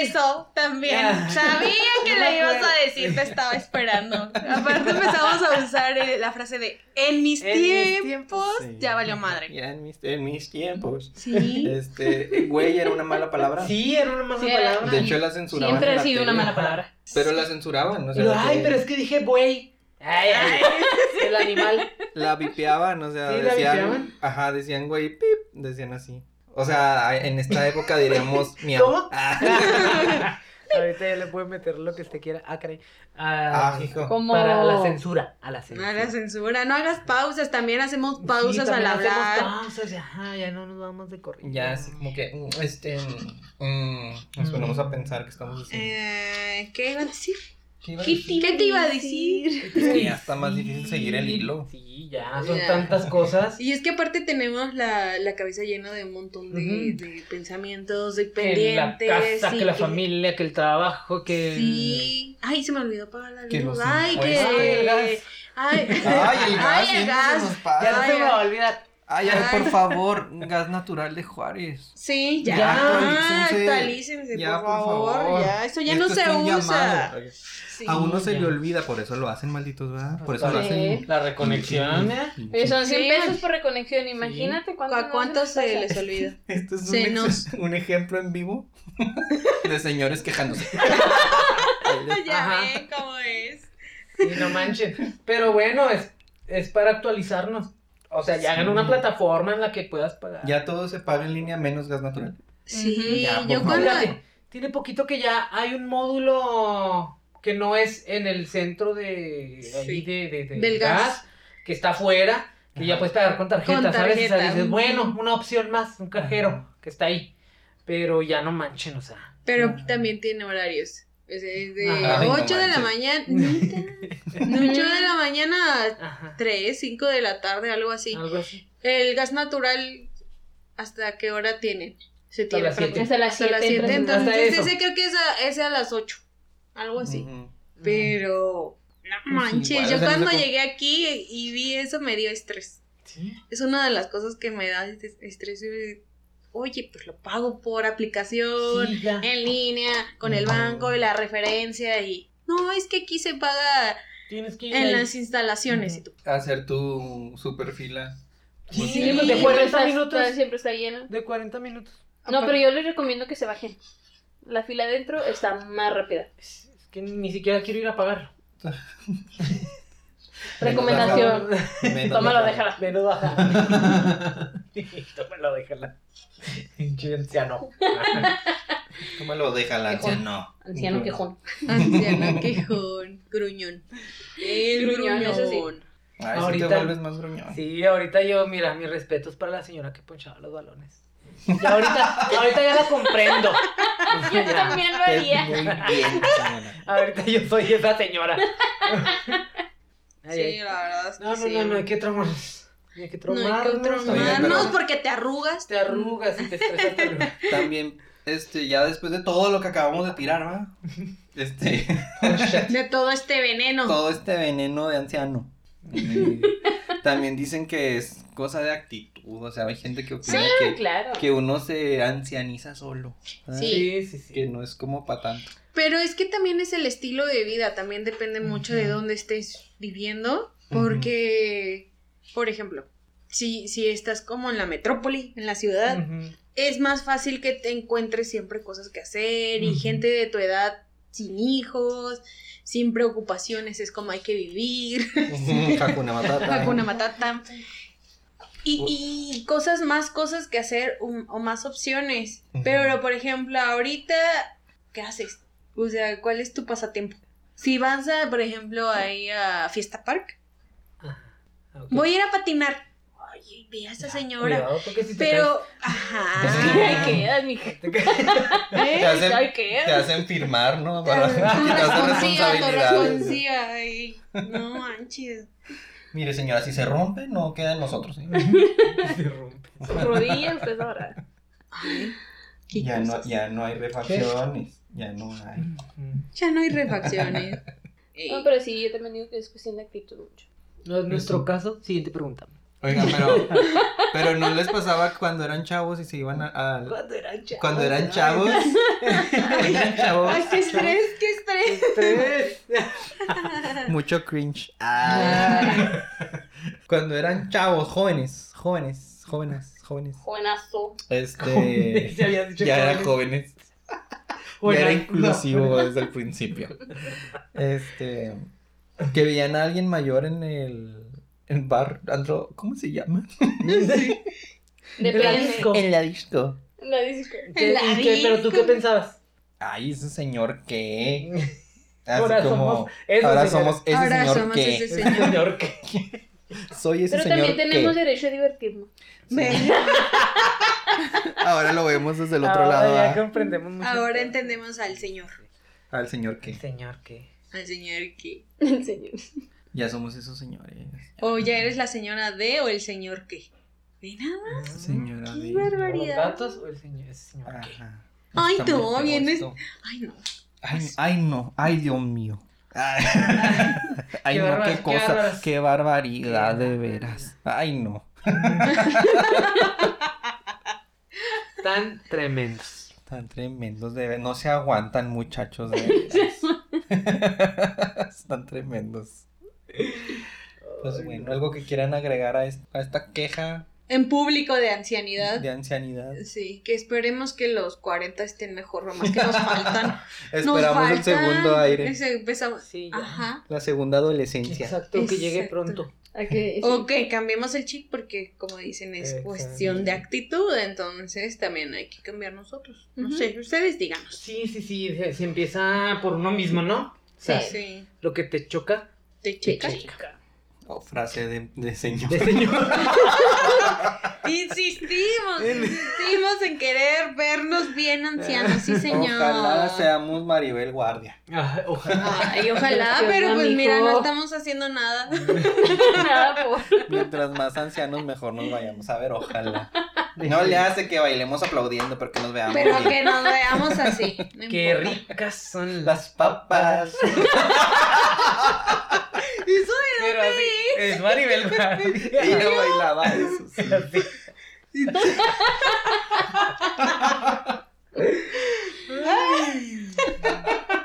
Speaker 5: Eso también.
Speaker 4: Ya.
Speaker 5: Sabía que
Speaker 4: No me
Speaker 5: la ibas
Speaker 4: acuerdo.
Speaker 5: a decir, te estaba esperando. Aparte empezamos a usar eh, la frase de en mis
Speaker 4: En mis
Speaker 5: tiempos ya valió madre.
Speaker 2: Ya en mis, en mis tiempos.
Speaker 5: Sí.
Speaker 2: Este, güey, era una mala palabra.
Speaker 4: Sí, era una mala
Speaker 3: Sí, era-
Speaker 4: palabra.
Speaker 2: De hecho, la censuraban.
Speaker 3: Siempre
Speaker 2: en
Speaker 3: ha
Speaker 2: la
Speaker 3: sido una
Speaker 2: tele.
Speaker 3: mala palabra.
Speaker 2: Pero la censuraban, o
Speaker 4: Y lo,
Speaker 2: sea,
Speaker 4: ay,
Speaker 2: que
Speaker 4: pero es que dije güey. Ay, ay, el animal.
Speaker 2: la vipeaban, o sea,
Speaker 4: Sí, la
Speaker 2: decían,
Speaker 4: vipeaban.
Speaker 2: ajá, decían güey, pip, decían así. O sea, en esta época diríamos miau.
Speaker 4: ¿Cómo?
Speaker 2: Ah,
Speaker 4: Ahorita ya le puede meter lo que usted quiera. Ah, caray. Ah,
Speaker 2: ah, hijo.
Speaker 3: Como
Speaker 4: Para la censura. A la
Speaker 5: No
Speaker 4: censura.
Speaker 5: hagas censura, no hagas pausas, también hacemos pausas
Speaker 4: Sí,
Speaker 5: al
Speaker 4: también
Speaker 5: hablar.
Speaker 4: hacemos Pausas, ya, ajá, ya no nos vamos de corrido.
Speaker 2: Ya es como que, mm, este, mm, nos ponemos a pensar que estamos diciendo.
Speaker 5: Eh, ¿Qué iba a decir?
Speaker 2: ¿Qué iba a
Speaker 5: ¿Qué
Speaker 2: decir?
Speaker 5: te iba a decir?
Speaker 2: Es que ya está más difícil seguir el hilo.
Speaker 4: Sí, ya, son
Speaker 5: Ya.
Speaker 4: tantas cosas.
Speaker 5: Y es que aparte tenemos la, la cabeza llena de un montón de,
Speaker 4: Ujú.
Speaker 5: de pensamientos, de
Speaker 4: Que la
Speaker 5: pendientes.
Speaker 4: casa,
Speaker 5: y
Speaker 4: que la familia, que el trabajo, que... el-
Speaker 5: Sí. Ay, se me olvidó pagar la
Speaker 2: Que
Speaker 5: luz.
Speaker 2: los
Speaker 5: Ay, que.
Speaker 4: Ah, el
Speaker 5: Ay,
Speaker 4: gas.
Speaker 2: Ay, el gas,
Speaker 5: Ay,
Speaker 2: siempre
Speaker 5: el
Speaker 2: se nos
Speaker 5: gas.
Speaker 4: Ya
Speaker 2: pasa.
Speaker 4: no
Speaker 5: Ay,
Speaker 4: se me va
Speaker 5: ay.
Speaker 4: a olvidar.
Speaker 2: Ay, ay,
Speaker 5: Ay.
Speaker 2: por favor, gas natural de Juárez.
Speaker 5: Sí, ya.
Speaker 4: Ya,
Speaker 2: actualícense.
Speaker 5: actualícense,
Speaker 2: Ya,
Speaker 5: por,
Speaker 2: por
Speaker 5: favor.
Speaker 2: favor.
Speaker 5: Ya, eso ya
Speaker 2: Esto
Speaker 5: no
Speaker 2: es
Speaker 5: se
Speaker 2: un
Speaker 5: usa.
Speaker 2: llamado.
Speaker 5: Sí.
Speaker 2: A uno se
Speaker 4: ya.
Speaker 2: le olvida, por eso lo hacen, malditos, ¿verdad? Por eso lo
Speaker 3: Sí.
Speaker 2: hacen.
Speaker 4: La reconexión. ¿eh?
Speaker 3: Oye, son 100
Speaker 5: Sí.
Speaker 3: pesos por reconexión, imagínate cuánto.
Speaker 5: ¿A cuánto se les olvida?
Speaker 2: Este es un,
Speaker 5: Se
Speaker 2: ex-
Speaker 5: nos-
Speaker 2: un ejemplo en vivo de señores quejándose.
Speaker 5: ya
Speaker 4: Ajá.
Speaker 5: ven cómo es.
Speaker 4: Y no manchen. Pero bueno, es, es para actualizarnos. O sea, ya hagan
Speaker 2: Sí.
Speaker 4: una plataforma en la que puedas pagar.
Speaker 2: Ya todo se paga en línea menos gas natural.
Speaker 5: Sí,
Speaker 2: Ya, por
Speaker 5: yo
Speaker 2: favor.
Speaker 5: cuando.
Speaker 4: Fíjate, tiene poquito que ya hay un módulo que no es en el centro de,
Speaker 5: Sí.
Speaker 4: ahí de, de- de
Speaker 5: Del gas.
Speaker 4: que está afuera, que ya
Speaker 2: Ajá.
Speaker 4: puedes pagar con tarjeta,
Speaker 5: Con
Speaker 4: ¿sabes? O sea,
Speaker 5: tarjeta.
Speaker 4: dices, bueno, una opción más, un cajero
Speaker 2: Ajá.
Speaker 4: que está ahí. Pero ya no manchen, o sea.
Speaker 5: Pero también tiene horarios. O sea, es de
Speaker 4: Ajá.
Speaker 2: Ay, no
Speaker 5: 8 de la mañana. 8 de la mañana a
Speaker 4: Ajá.
Speaker 5: 3, 5 de la tarde, algo así.
Speaker 2: Ah.
Speaker 4: Algo así.
Speaker 5: El gas natural, ¿hasta qué hora tienen? Se
Speaker 4: Hasta
Speaker 5: tiene
Speaker 4: las
Speaker 5: para-
Speaker 4: siete.
Speaker 3: Desde las
Speaker 5: hasta las
Speaker 3: 7.
Speaker 5: 7.
Speaker 4: entonces-
Speaker 5: Entonces,
Speaker 4: Hasta eso.
Speaker 5: ese creo que es a, es a las 8. Algo así.
Speaker 2: Ujú.
Speaker 5: Pero. No manches,
Speaker 2: igual,
Speaker 5: yo
Speaker 2: o sea, no sé
Speaker 5: cuando
Speaker 2: cómo-
Speaker 5: llegué aquí y vi eso me dio estrés.
Speaker 4: Sí.
Speaker 5: Es una de las cosas que me da este- estrés. eh, Oye, pues lo pago por aplicación
Speaker 4: Sí, ya.
Speaker 5: en línea con el
Speaker 2: No.
Speaker 5: banco y la referencia y no es que aquí se paga
Speaker 4: Tienes que ir
Speaker 5: en
Speaker 4: ahí.
Speaker 5: las instalaciones y tú
Speaker 2: Hacer tu super fila.
Speaker 4: Sí,
Speaker 3: Sí,
Speaker 4: pues, de
Speaker 3: siempre
Speaker 4: 40
Speaker 3: está-
Speaker 4: minutos.
Speaker 3: está- Siempre está lleno.
Speaker 4: De 40 minutos.
Speaker 3: No, pero yo les recomiendo que se bajen. La fila adentro está más rápida.
Speaker 4: Es es que ni siquiera quiero ir a pagar.
Speaker 3: Recomendación.
Speaker 2: Menos
Speaker 3: Tómalo,
Speaker 2: gas.
Speaker 3: déjala.
Speaker 4: Menos baja. Tómalo, déjala. Pinche anciano.
Speaker 2: Tómalo, déjala,
Speaker 3: Mejor.
Speaker 2: anciano.
Speaker 3: Anciano quejón.
Speaker 5: "Ah, anciano quejón gruñón el gruñón,
Speaker 3: Gruñón, eso sí.
Speaker 2: Ay, sí
Speaker 4: Ahorita-
Speaker 2: te vuelves más gruñón.
Speaker 4: Sí, ahorita yo, mira, mis respetos para la señora que ponchaba los balones. Y ahorita, ahorita ya la comprendo.
Speaker 3: Yo también lo
Speaker 2: Te-
Speaker 3: haría.
Speaker 2: Muy bien, señora.
Speaker 4: Ahorita yo soy esa señora. Ay,
Speaker 5: sí
Speaker 4: ay.
Speaker 5: la verdad cosas.
Speaker 4: No,
Speaker 5: que
Speaker 4: no,
Speaker 5: se
Speaker 4: no, no hay
Speaker 5: llaman.
Speaker 4: que traumarnos. No hay que
Speaker 5: No hay que
Speaker 4: traumarnos.
Speaker 5: traumarnos
Speaker 2: Oye, pero-
Speaker 5: porque te arrugas.
Speaker 4: Te arrugas y te estresas. te arrugas.
Speaker 2: También, este, ya después de todo lo que acabamos de tirar, ¿va? Este,
Speaker 5: De todo este veneno.
Speaker 2: todo este veneno de anciano. Eh, También dicen que es cosa de actitud, o sea, hay gente que opina que,
Speaker 3: Claro.
Speaker 2: que uno se ancianiza solo. ¿verdad?
Speaker 5: Sí.
Speaker 4: Sí, sí, sí.
Speaker 2: Que no es como para tanto.
Speaker 5: Pero es que también es el estilo de vida, también depende mucho de
Speaker 4: Ujú.
Speaker 5: dónde estés viviendo, porque, por ejemplo, si, si estás como en la metrópoli, en la ciudad,
Speaker 4: Ujú.
Speaker 5: es más fácil que te encuentres siempre cosas que hacer y
Speaker 4: Ujú.
Speaker 5: gente de tu edad sin hijos, sin preocupaciones, es como hay que vivir,
Speaker 2: Hakuna Matata. ¿eh?
Speaker 5: Hakuna Matata. Y, y cosas más cosas que hacer um, o más opciones.
Speaker 2: Ujú.
Speaker 5: Pero, por ejemplo, ahorita, ¿qué haces? O sea, ¿cuál es tu pasatiempo? Si vas, a, por ejemplo, ahí a Fiesta Park,
Speaker 4: Ah, ok.
Speaker 5: voy a ir a patinar. Oye, ve a esta señora.
Speaker 4: Cuidado, porque si te
Speaker 5: Pero,
Speaker 3: Ahí
Speaker 5: ajá.
Speaker 3: quedas, mija.
Speaker 4: caes- te caes-
Speaker 2: Te hacen-
Speaker 3: Ahí
Speaker 2: Te
Speaker 3: quedas.
Speaker 2: hacen firmar, ¿no?
Speaker 5: Tu
Speaker 2: Para quitarse
Speaker 5: responsiva, tu
Speaker 2: responsabilidades.
Speaker 5: responsiva, ay, No manches.
Speaker 2: Mire, señora, si se rompe, no queda en nosotros. ¿eh?
Speaker 4: se rompe.
Speaker 3: Rodillas, usted ahora.
Speaker 5: Qué
Speaker 2: Ya no,
Speaker 5: cosas.
Speaker 2: ya no hay refacciones. Ya no hay.
Speaker 5: Ya no hay refacciones. Ey.
Speaker 3: No, pero sí, yo también digo que es cuestión de actitud mucho.
Speaker 4: No es nuestro caso. Siguiente pregunta.
Speaker 2: Oigan, pero, pero no les pasaba cuando eran chavos y se iban a- al-
Speaker 4: Cuando eran chavos.
Speaker 2: Cuando eran chavos. eran chavos.
Speaker 5: Ay, qué estrés, qué estrés.
Speaker 4: Tres.
Speaker 2: Mucho cringe. Ah. Cuando eran chavos, jóvenes, jóvenes, jóvenes, jóvenes.
Speaker 3: Jovenazo.
Speaker 2: Este.
Speaker 4: Ya habías dicho
Speaker 2: Ya eran
Speaker 4: jóvenes.
Speaker 2: jóvenes.
Speaker 4: Bueno,
Speaker 2: ya era
Speaker 4: no.
Speaker 2: inclusivo desde el principio. Este. Que veían a alguien mayor en el. En bar, andro, ¿cómo se llama?
Speaker 4: Era
Speaker 3: Depende.
Speaker 4: disco.
Speaker 2: la disco.
Speaker 3: La disco.
Speaker 4: ¿Qué-
Speaker 5: La
Speaker 4: y qué- ¿Pero tú qué
Speaker 5: disco.
Speaker 4: pensabas?
Speaker 2: Ay, ese señor qué. Así
Speaker 4: Ahora
Speaker 2: como.
Speaker 4: somos ese
Speaker 2: ahora
Speaker 4: señor.
Speaker 2: somos ese
Speaker 5: Ahora
Speaker 2: señor
Speaker 5: somos
Speaker 2: qué.
Speaker 5: ese
Speaker 4: Ese señor que...
Speaker 2: Soy ese
Speaker 3: Pero
Speaker 2: señor
Speaker 3: también tenemos
Speaker 2: qué.
Speaker 3: derecho a divertirnos.
Speaker 2: Ahora lo vemos desde el otro
Speaker 4: Ahora
Speaker 2: lado.
Speaker 4: Ya
Speaker 2: ¿verdad?
Speaker 4: comprendemos mucho.
Speaker 5: Ahora entendemos al señor.
Speaker 2: Al señor qué.
Speaker 4: Señor que...
Speaker 5: Al señor que.
Speaker 3: El señor.
Speaker 2: Ya somos esos señores.
Speaker 5: O ya eres la señora de o el señor que. Ve nada más.
Speaker 2: Señora
Speaker 5: Ah, Qué
Speaker 2: de-
Speaker 4: ¿Los
Speaker 5: barbaridad.
Speaker 4: gatos o el señor? Ese señor que...
Speaker 2: Ajá.
Speaker 5: Ay,
Speaker 2: Está muy
Speaker 5: tú,
Speaker 2: feo
Speaker 5: vienes-
Speaker 2: esto.
Speaker 5: Ay, no.
Speaker 2: Ay, ay, no, ay Dios mío. Ay, Ay,
Speaker 4: Qué
Speaker 2: no,
Speaker 4: bárbaras,
Speaker 2: qué
Speaker 4: qué
Speaker 2: cosa,
Speaker 4: bárbaras.
Speaker 2: qué barbaridad de veras. Ay no.
Speaker 4: Tan tremendos.
Speaker 2: Tan tremendos de ver- no se aguantan muchachos de veras. Están tremendos. Pues bueno, algo que quieran agregar a, es- a esta queja
Speaker 5: En público de ancianidad.
Speaker 2: de ancianidad.
Speaker 5: Sí, que esperemos que los 40 estén mejor, nomás que nos faltan.
Speaker 2: Esperamos
Speaker 5: nos
Speaker 2: el segundo
Speaker 5: faltan.
Speaker 2: aire,
Speaker 5: Ese, empezamos-
Speaker 4: Sí, ya.
Speaker 5: Ajá.
Speaker 2: la segunda adolescencia.
Speaker 4: Exacto, que llegue
Speaker 5: Exacto.
Speaker 4: pronto.
Speaker 3: Okay,
Speaker 5: Ok, cambiemos el chip porque, como dicen, es
Speaker 4: Exacto.
Speaker 5: cuestión de actitud, entonces también hay que cambiar nosotros. No
Speaker 3: Ujú.
Speaker 5: sé, ustedes díganos.
Speaker 4: Sí, sí, sí. Se, se empieza por uno mismo, ¿no? O sea,
Speaker 5: Sí.
Speaker 4: lo que te choca.
Speaker 5: ¿Te checa?
Speaker 2: O Oh, frase de, de señor.
Speaker 4: De señor.
Speaker 5: Insistimos, insistimos en querer vernos bien ancianos, sí señor.
Speaker 2: Ojalá seamos Maribel Guardia.
Speaker 4: Ah, ojalá.
Speaker 5: Ay, ojalá,
Speaker 3: Dios
Speaker 5: pero
Speaker 3: mío,
Speaker 5: pues
Speaker 3: mijo.
Speaker 5: mira, no estamos haciendo nada.
Speaker 3: Nada por.
Speaker 2: Mientras más ancianos, mejor nos vayamos a ver, ojalá. No le hace que bailemos aplaudiendo, pero que nos veamos.
Speaker 5: Pero
Speaker 2: bien.
Speaker 5: que nos veamos así. no
Speaker 4: Qué
Speaker 5: importa.
Speaker 4: ricas son las...
Speaker 2: Las papas.
Speaker 5: Eso
Speaker 4: Pero así, es Maribel Guardia.
Speaker 2: Ella bailaba eso. sí.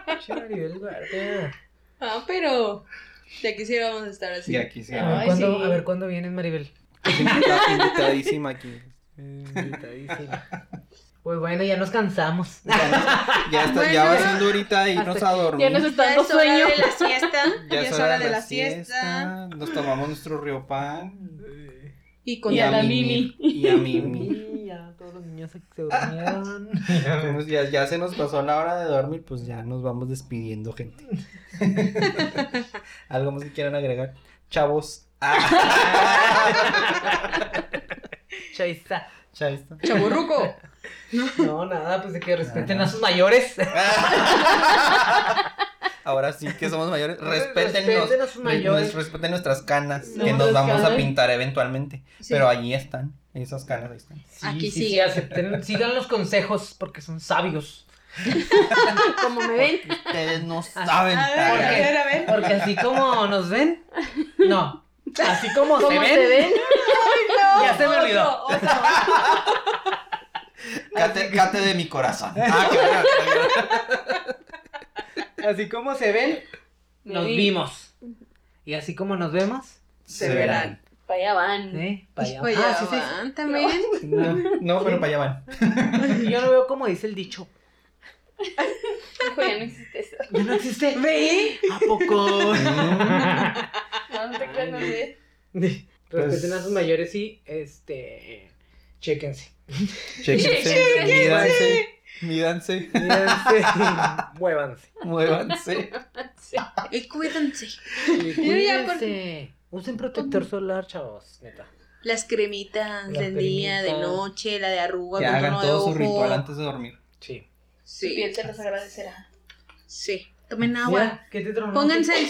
Speaker 4: Pinche Maribel Guardia.
Speaker 5: Ah, pero ya quisiéramos estar así.
Speaker 2: Sí, aquí sí.
Speaker 4: A ver,
Speaker 3: Ay,
Speaker 4: ¿cuándo-
Speaker 3: sí.
Speaker 4: a ver, ¿cuándo vienes, Maribel?
Speaker 2: Invita- Invitadísima aquí.
Speaker 4: Pues bueno, ya nos cansamos.
Speaker 2: Ya, nos- ya está, ya va
Speaker 5: Bueno.
Speaker 2: siendo ahorita irnos a dormir.
Speaker 3: Ya nos está
Speaker 5: Ya
Speaker 3: dando
Speaker 5: es hora
Speaker 3: sueño.
Speaker 5: de la siesta. Ya es hora de la siesta.
Speaker 2: siesta. Nos tomamos nuestro río pan.
Speaker 5: Y con
Speaker 3: Y a la
Speaker 2: mimir, Y a Mimi.
Speaker 4: Y ya todos los niños se, se durmieron.
Speaker 2: Ya, ya se nos pasó la hora de dormir, pues ya nos vamos despidiendo, gente. Algo más que quieran agregar. Chavos. Ah,
Speaker 4: Chaisa.
Speaker 2: Ya está.
Speaker 5: Chaburruco.
Speaker 4: No, nada, pues de que respeten a sus mayores.
Speaker 2: Ahora sí que somos mayores. Respétennos.
Speaker 4: Respétenos, mayores.
Speaker 2: Nos respeten nuestras canas
Speaker 3: No,
Speaker 2: que nos
Speaker 4: las
Speaker 2: vamos a
Speaker 4: canas.
Speaker 2: pintar eventualmente. Pero allí están. Esas canas ahí están.
Speaker 4: Sí,
Speaker 5: Aquí
Speaker 4: sí, sí,
Speaker 5: sigue.
Speaker 4: acepten- sigan los consejos porque son sabios.
Speaker 3: Como me ven,
Speaker 2: Ustedes no saben.
Speaker 5: A ver, a
Speaker 4: ¿Por qué?
Speaker 5: ver, a ver.
Speaker 4: Porque así como nos ven, no. Así como se
Speaker 3: como
Speaker 4: ven,
Speaker 3: se ven.
Speaker 4: ya se me olvidó.
Speaker 5: Oso, oso.
Speaker 2: Cate, cate de mi corazón. Ah, qué bueno, qué bueno.
Speaker 4: Así como se ven,
Speaker 3: Me
Speaker 4: nos
Speaker 3: vi.
Speaker 4: vimos. Y así como nos vemos,
Speaker 5: Se verán.
Speaker 3: Para allá van.
Speaker 4: ¿eh? Pa' allá.
Speaker 5: Pues
Speaker 4: Ah,
Speaker 5: ya
Speaker 4: sí, sí, sí.
Speaker 5: van también.
Speaker 4: No,
Speaker 2: No, pero para allá van.
Speaker 4: Yo no veo como dice el dicho.
Speaker 3: Hijo, ya no existe eso.
Speaker 4: Ya no existe.
Speaker 5: Ve.
Speaker 4: ¿A poco?
Speaker 3: No, no te creas, no sé.
Speaker 4: Respeten a sus mayores y este. Chéquense.
Speaker 2: Chéquense,
Speaker 3: Chéquense.
Speaker 2: mídanse, mídanse,
Speaker 4: Mírense, muévanse.
Speaker 2: muévanse.
Speaker 3: Sí.
Speaker 5: Y cuídense. Yo ya por-
Speaker 4: Cuídense. Usen protector solar, chavos, neta.
Speaker 5: Las cremitas
Speaker 4: Las
Speaker 5: del día, de
Speaker 4: cremitas.
Speaker 5: noche, la de arruga,
Speaker 2: Que
Speaker 5: con
Speaker 2: hagan
Speaker 5: tono de
Speaker 2: todo su
Speaker 5: ojo.
Speaker 2: ritual antes de dormir.
Speaker 4: Sí.
Speaker 3: Su
Speaker 5: Sí,
Speaker 3: piel te los agradecerá.
Speaker 5: sí. Tomen agua.
Speaker 4: Mira, ¿qué te tronó?
Speaker 5: Pónganse el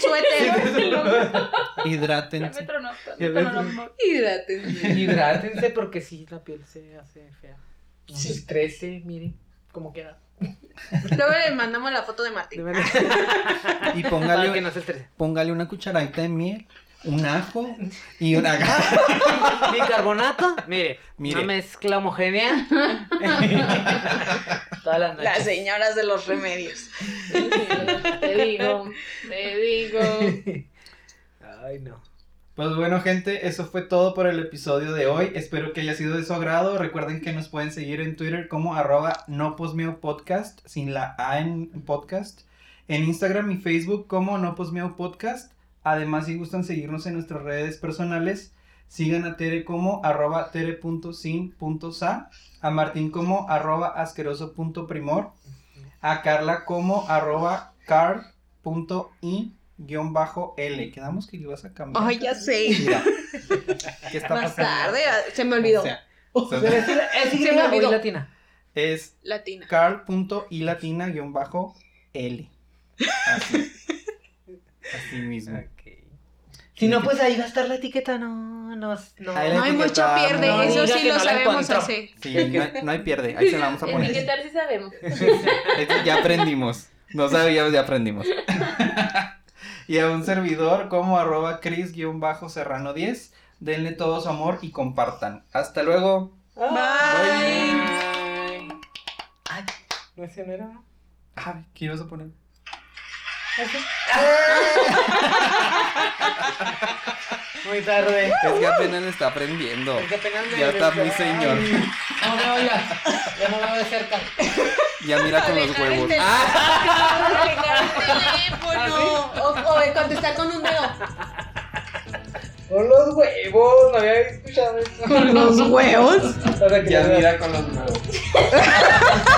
Speaker 5: suéter.
Speaker 3: Ya me
Speaker 2: Hidrátense.
Speaker 3: tronó.
Speaker 4: Ya
Speaker 3: Me
Speaker 4: ves.
Speaker 3: tronó, amor.
Speaker 5: Hidrátense.
Speaker 4: Hidrátense porque sí, la piel se hace fea. No se estrese, miren cómo queda.
Speaker 5: Luego les mandamos la foto de
Speaker 4: De
Speaker 5: Martín.
Speaker 4: verdad.
Speaker 2: Y
Speaker 4: Para que
Speaker 2: póngale,
Speaker 4: no se estrese.
Speaker 2: póngale una cucharadita de miel, un ajo y una
Speaker 4: Bicarbonato, mire,
Speaker 2: Mire.
Speaker 4: una mezcla homogénea. Todas las noches.
Speaker 5: Las señoras de los remedios.
Speaker 3: Te digo, te digo.
Speaker 4: Ay, no.
Speaker 2: Pues bueno, gente, eso fue todo por el episodio de hoy. Espero que haya sido de su agrado. Recuerden que nos pueden seguir en Twitter como arroba no posmeo podcast, sin la A en podcast. En Instagram y Facebook como no posmeo podcast. Además, si gustan seguirnos en nuestras redes personales, sigan a Tere como arroba tere.sin.sa, a Martín como arroba asqueroso.primor, a Carla como arroba car.i-l. Quedamos que le ibas a cambiar.
Speaker 5: Ay, ya sé.
Speaker 2: Mira, ¿Qué está
Speaker 5: Más
Speaker 2: pasando?
Speaker 5: tarde, ah, se me olvidó.
Speaker 2: O sea,
Speaker 4: Pero es, es
Speaker 5: Se me
Speaker 4: griega o
Speaker 5: olvidó.
Speaker 4: latina.
Speaker 2: es
Speaker 5: Latina.
Speaker 2: carl.ilatina-l. Así. Así mismo.
Speaker 4: Si no, pues ahí va a estar la etiqueta, no, no, no.
Speaker 2: Ahí
Speaker 5: No hay mucho pierde,
Speaker 2: No,
Speaker 5: eso
Speaker 4: diga
Speaker 5: sí
Speaker 4: que
Speaker 5: lo
Speaker 4: no la
Speaker 5: sabemos
Speaker 4: encontró.
Speaker 5: hacer.
Speaker 2: Sí, no, hay- no hay pierde. Ahí se la vamos a poner.
Speaker 3: Etiquetar sí sabemos.
Speaker 2: Esto ya aprendimos. No sabíamos, ya aprendimos. y a un servidor como arroba cris-serrano10. Denle todo su amor y compartan. Hasta luego.
Speaker 5: Bye.
Speaker 4: Ay, no ese no era, ¿no?
Speaker 2: Ay, ¿Qué ibas a poner?
Speaker 4: Muy tarde.
Speaker 2: Es que apenas le está aprendiendo.
Speaker 4: Es que apenas me-
Speaker 2: Ya está muy señor.
Speaker 4: Ay, No me oiga. Ya no me veo de cerca.
Speaker 2: Ya mira con los
Speaker 5: Alejar
Speaker 2: huevos.
Speaker 5: el
Speaker 2: Ah.
Speaker 5: teléfono. O, o de contestar con un dedo.
Speaker 4: Con los huevos, no había escuchado eso.
Speaker 5: Con los huevos.
Speaker 4: Ahora que
Speaker 2: Ya
Speaker 4: ya veo.
Speaker 2: mira con los huevos.